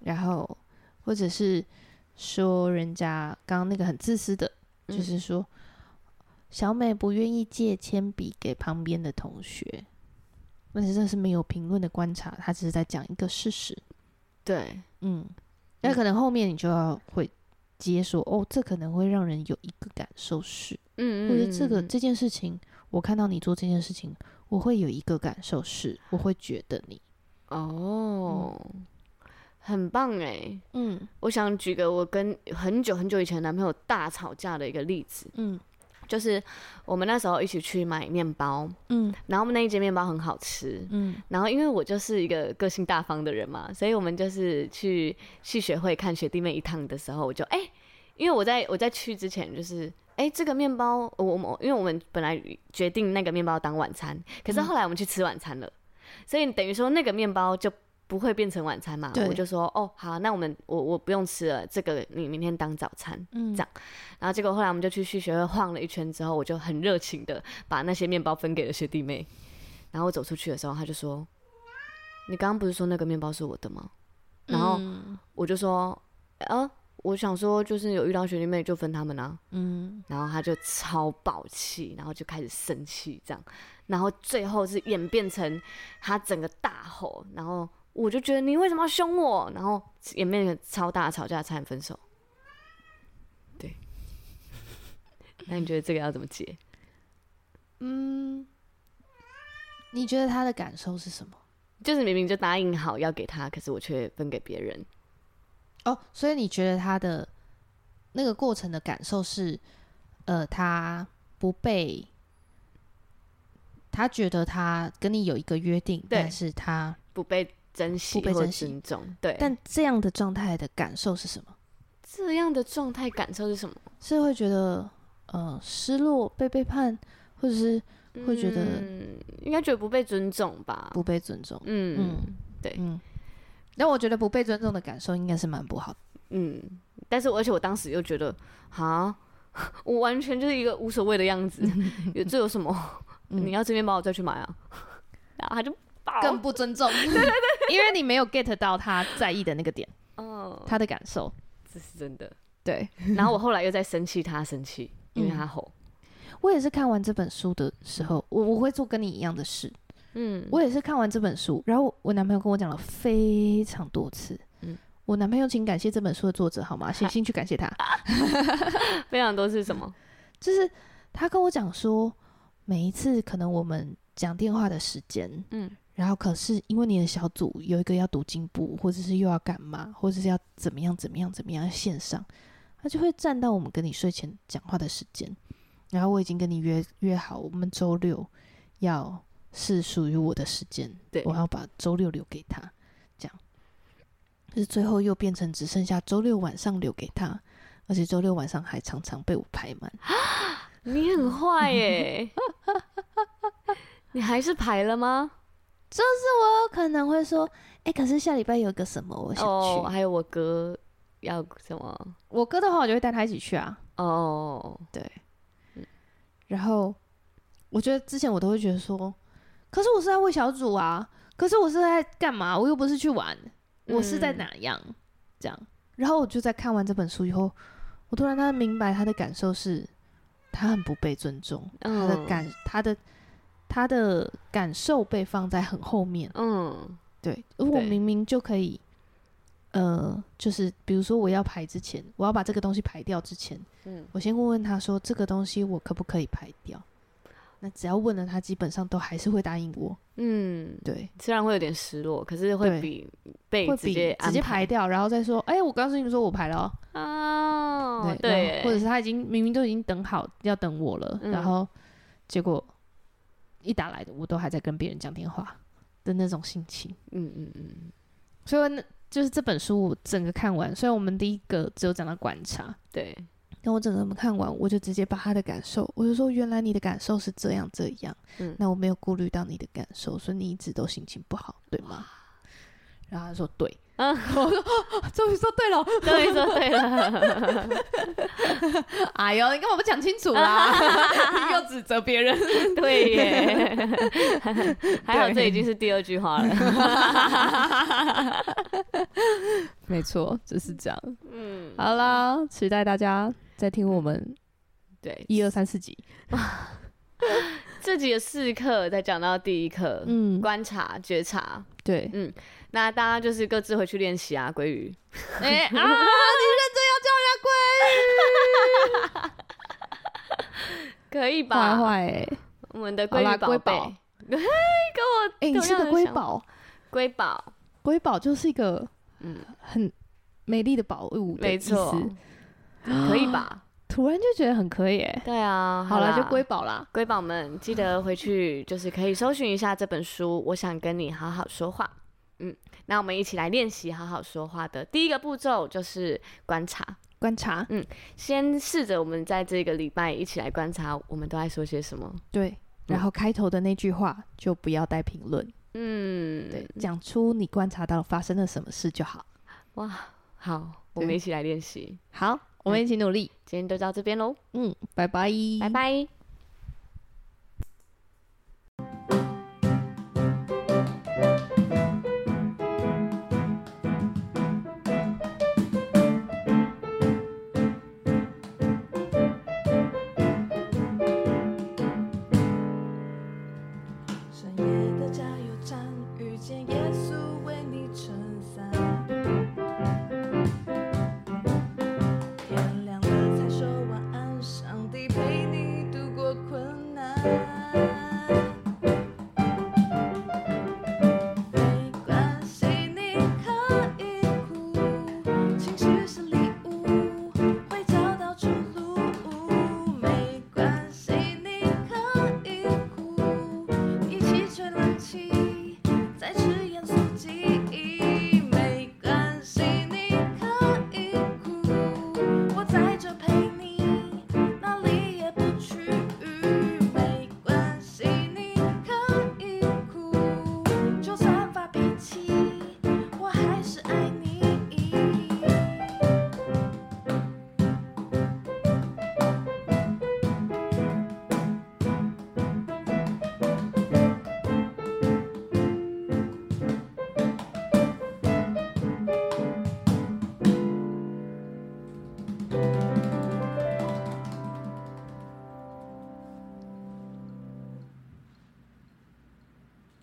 Speaker 1: 然后或者是说人家刚刚那个很自私的，
Speaker 2: 嗯
Speaker 1: 就是说小美不愿意借铅笔给旁边的同学，那是这是没有评论的观察，她只是在讲一个事实。
Speaker 2: 对，
Speaker 1: 嗯，那可能后面你就要会接说哦，这可能会让人有一个感受是，
Speaker 2: 嗯，嗯
Speaker 1: 或者这个
Speaker 2: 嗯
Speaker 1: 这件事情，我看到你做这件事情，我会有一个感受是，我会觉得你，
Speaker 2: 哦，很棒哎。
Speaker 1: 嗯
Speaker 2: 我想举个我跟很久很久以前男朋友大吵架的一个例子，
Speaker 1: 嗯
Speaker 2: 就是我们那时候一起去买面包，
Speaker 1: 嗯
Speaker 2: 然后我们那一间面包很好吃。
Speaker 1: 嗯
Speaker 2: 然后因为我就是一个个性大方的人嘛，所以我们就是去系学会看学弟妹一趟的时候，我就哎、因为我在我在去之前就是哎、这个面包我我因为我们本来决定那个面包当晚餐，可是
Speaker 1: 嗯
Speaker 2: 后来我们去吃晚餐了，所以等于说那个面包就不会变成晚餐嘛，
Speaker 1: 对
Speaker 2: 我就说哦好，那我们我我不用吃了，这个你明天当早餐。
Speaker 1: 嗯
Speaker 2: 这样然后结果后来我们就去续学会晃了一圈之后，我就很热情的把那些面包分给了学弟妹。然后我走出去的时候，他就说：“你刚刚不是说那个面包是我的吗？”然后
Speaker 1: 嗯
Speaker 2: 我就说：“呃，我想说就是有遇到学弟妹就分他们啊。
Speaker 1: 嗯”
Speaker 2: 然后他就超爆气，然后就开始生气这样，然后最后是演变成他整个大吼，然后我就觉得你为什么要凶我？然后演变成超大的吵架，差点分手。对，那你觉得这个要怎么解？
Speaker 1: 嗯，你觉得他的感受是什么？
Speaker 2: 就是明明就答应好要给他，可是我却分给别人。
Speaker 1: 哦，所以你觉得他的那个过程的感受是，呃，他不被，他觉得他跟你有一个约定，
Speaker 2: 对
Speaker 1: 但是他，
Speaker 2: 不被珍惜
Speaker 1: 不被
Speaker 2: 或
Speaker 1: 珍惜
Speaker 2: 尊重，对。
Speaker 1: 但这样的状态的感受是什么？
Speaker 2: 这样的状态感受是什么？
Speaker 1: 是会觉得呃失落、被背叛，或者是会觉得
Speaker 2: 嗯，应该觉得不被尊重吧？
Speaker 1: 不被尊重？
Speaker 2: 嗯
Speaker 1: 嗯，那我觉得不被尊重的感受应该是蛮不好的。
Speaker 2: 嗯但是我而且我当时又 觉 得，哈，我完全就是一个无所谓的样子，有这有什么？
Speaker 1: 嗯
Speaker 2: 你要这边包我再去买啊。 然后他就爆，
Speaker 1: 更不尊重， 对对对，因为你没有 get 到他在意的那个点，
Speaker 2: 哦，
Speaker 1: 他的感受。
Speaker 2: 这是真的。
Speaker 1: 对
Speaker 2: 然后我后来又在生气，他生气，因为
Speaker 1: 嗯
Speaker 2: 他吼，
Speaker 1: 我也是看完这本书的时候，我我会做跟你一样的事。
Speaker 2: 嗯，
Speaker 1: 我也是看完这本书，然后我男朋友跟我讲了非常多次。
Speaker 2: 嗯
Speaker 1: 我男朋友，请感谢这本书的作者好吗？写信去感谢他。
Speaker 2: 非常多是 什么？
Speaker 1: 就是他跟我讲说，每一次可能我们讲电话的时间，
Speaker 2: 嗯，
Speaker 1: 然后可是因为你的小组有一个要读经部，或者是又要干嘛，或者是要怎么样怎么样怎么样线上，他就会占到我们跟你睡前讲话的时间。然后我已经跟你约约好，我们周六要是属于我的时间，
Speaker 2: 对
Speaker 1: 我要把周六留给他，这样。可是最后又变成只剩下周六晚上留给他，而且周六晚上还常常被我排满。
Speaker 2: 你很坏耶、 你还是排了吗？
Speaker 1: 我可能会说，哎、可是下礼拜有个什么，我想去。
Speaker 2: 哦，还有我哥要什么？
Speaker 1: 我哥的话，我就会带他一起去啊。
Speaker 2: 哦，嗯
Speaker 1: 然后我觉得之前我都会觉得说，可是我是在为小组啊，可是我是在干嘛？我又不是去玩，我是在
Speaker 2: 嗯
Speaker 1: 哪样、这样？然后我就在看完这本书以后，我突然他明白他的感受是，他很不被尊重，他的
Speaker 2: 嗯
Speaker 1: 感他的他的感受被放在很后面。
Speaker 2: 嗯，
Speaker 1: 对，而我
Speaker 2: 对
Speaker 1: 明明就可以，呃，就是比如说我要排之前，我要把这个东西排掉之前，
Speaker 2: 嗯
Speaker 1: 我先问问他说这个东西我可不可以排掉？那只要问了他，基本上都还是会答应我。
Speaker 2: 嗯，
Speaker 1: 对，
Speaker 2: 虽然会有点失落，可是会
Speaker 1: 对
Speaker 2: 比被
Speaker 1: 会
Speaker 2: 嗯直
Speaker 1: 比
Speaker 2: 接
Speaker 1: 直接排掉，然后再说，哎、我告诉你说我排了哦、
Speaker 2: 哦，
Speaker 1: 然
Speaker 2: 对
Speaker 1: 后
Speaker 2: 耶，
Speaker 1: 或者是他已经明明都已经等好要等我了，
Speaker 2: 嗯
Speaker 1: 然后结果一打来，我都还在跟别人讲电话的那种心情。
Speaker 2: 嗯嗯嗯，
Speaker 1: 所以那就是这本书我整个看完，虽然我们第一个只有讲到观察，
Speaker 2: 对，
Speaker 1: 那我整个看完，我就直接把他的感受，我就说原来你的感受是这样这样，
Speaker 2: 嗯
Speaker 1: 那我没有顾虑到你的感受，所以你一直都心情不好，对吗？ 然后他说对，
Speaker 2: 嗯
Speaker 1: 我说、哦终于说对了，
Speaker 2: 终于说对了，
Speaker 1: 哎呦，你干嘛不讲清楚 啦？又指责别 人，
Speaker 2: 对耶， 还好这已经是第二句话了，
Speaker 1: 没错，就是这样。
Speaker 2: 嗯，
Speaker 1: 好啦，期待大家再听我们
Speaker 2: 对，
Speaker 1: 一二三四集。
Speaker 2: 这集的四课再讲到第一课，
Speaker 1: 嗯，
Speaker 2: 观察觉察，
Speaker 1: 对，
Speaker 2: 那大家就是各自回去练习啊，鲑鱼。
Speaker 1: 哎、啊，你认真要叫人
Speaker 2: 可以
Speaker 1: 家
Speaker 2: 吧？
Speaker 1: 坏坏哎，
Speaker 2: 我们的
Speaker 1: 好
Speaker 2: 龟
Speaker 1: 啦，
Speaker 2: 鱼宝
Speaker 1: 瑰
Speaker 2: 贝，
Speaker 1: 宝，哎、你
Speaker 2: 同
Speaker 1: 是
Speaker 2: 样
Speaker 1: 个
Speaker 2: 的
Speaker 1: 瑰
Speaker 2: 想法
Speaker 1: 宝，
Speaker 2: 龟宝，
Speaker 1: 瑰宝就是一个
Speaker 2: 嗯
Speaker 1: 很美丽的宝物的
Speaker 2: 没
Speaker 1: 意思，
Speaker 2: 错，可以 吧？
Speaker 1: 突然就觉得很可以哎。
Speaker 2: 对啊，
Speaker 1: 好
Speaker 2: 啦，
Speaker 1: 了，就瑰宝啦。
Speaker 2: 龟宝们，记得回去就是可以搜寻一下这本书。我想跟你好好说话。嗯，那我们一起来练习好好说话的第一个步骤就是观察，
Speaker 1: 观察，
Speaker 2: 先试着我们在这个礼拜一起来观察我们都在说些什么。
Speaker 1: 对，然后开头的那句话就不要带评论，
Speaker 2: 嗯，
Speaker 1: 对，，讲出你观察到发生了什么事就好。
Speaker 2: 哇，好，我们
Speaker 1: 对
Speaker 2: 一起来练习。
Speaker 1: 好，我们一起努力。
Speaker 2: 今天就到这边喽，
Speaker 1: 嗯，拜拜，
Speaker 2: 拜拜。
Speaker 5: 深夜的加油站，遇见耶稣为你撑伞。天亮了才说晚安，上帝陪你度过困难。没关系，你可以哭，情绪是礼物，会找到出路。没关系，你可以哭，一起吹冷气，再吃盐酥鸡。没关系，你可以哭，我在这陪你，哪里也不去。没关拜拜。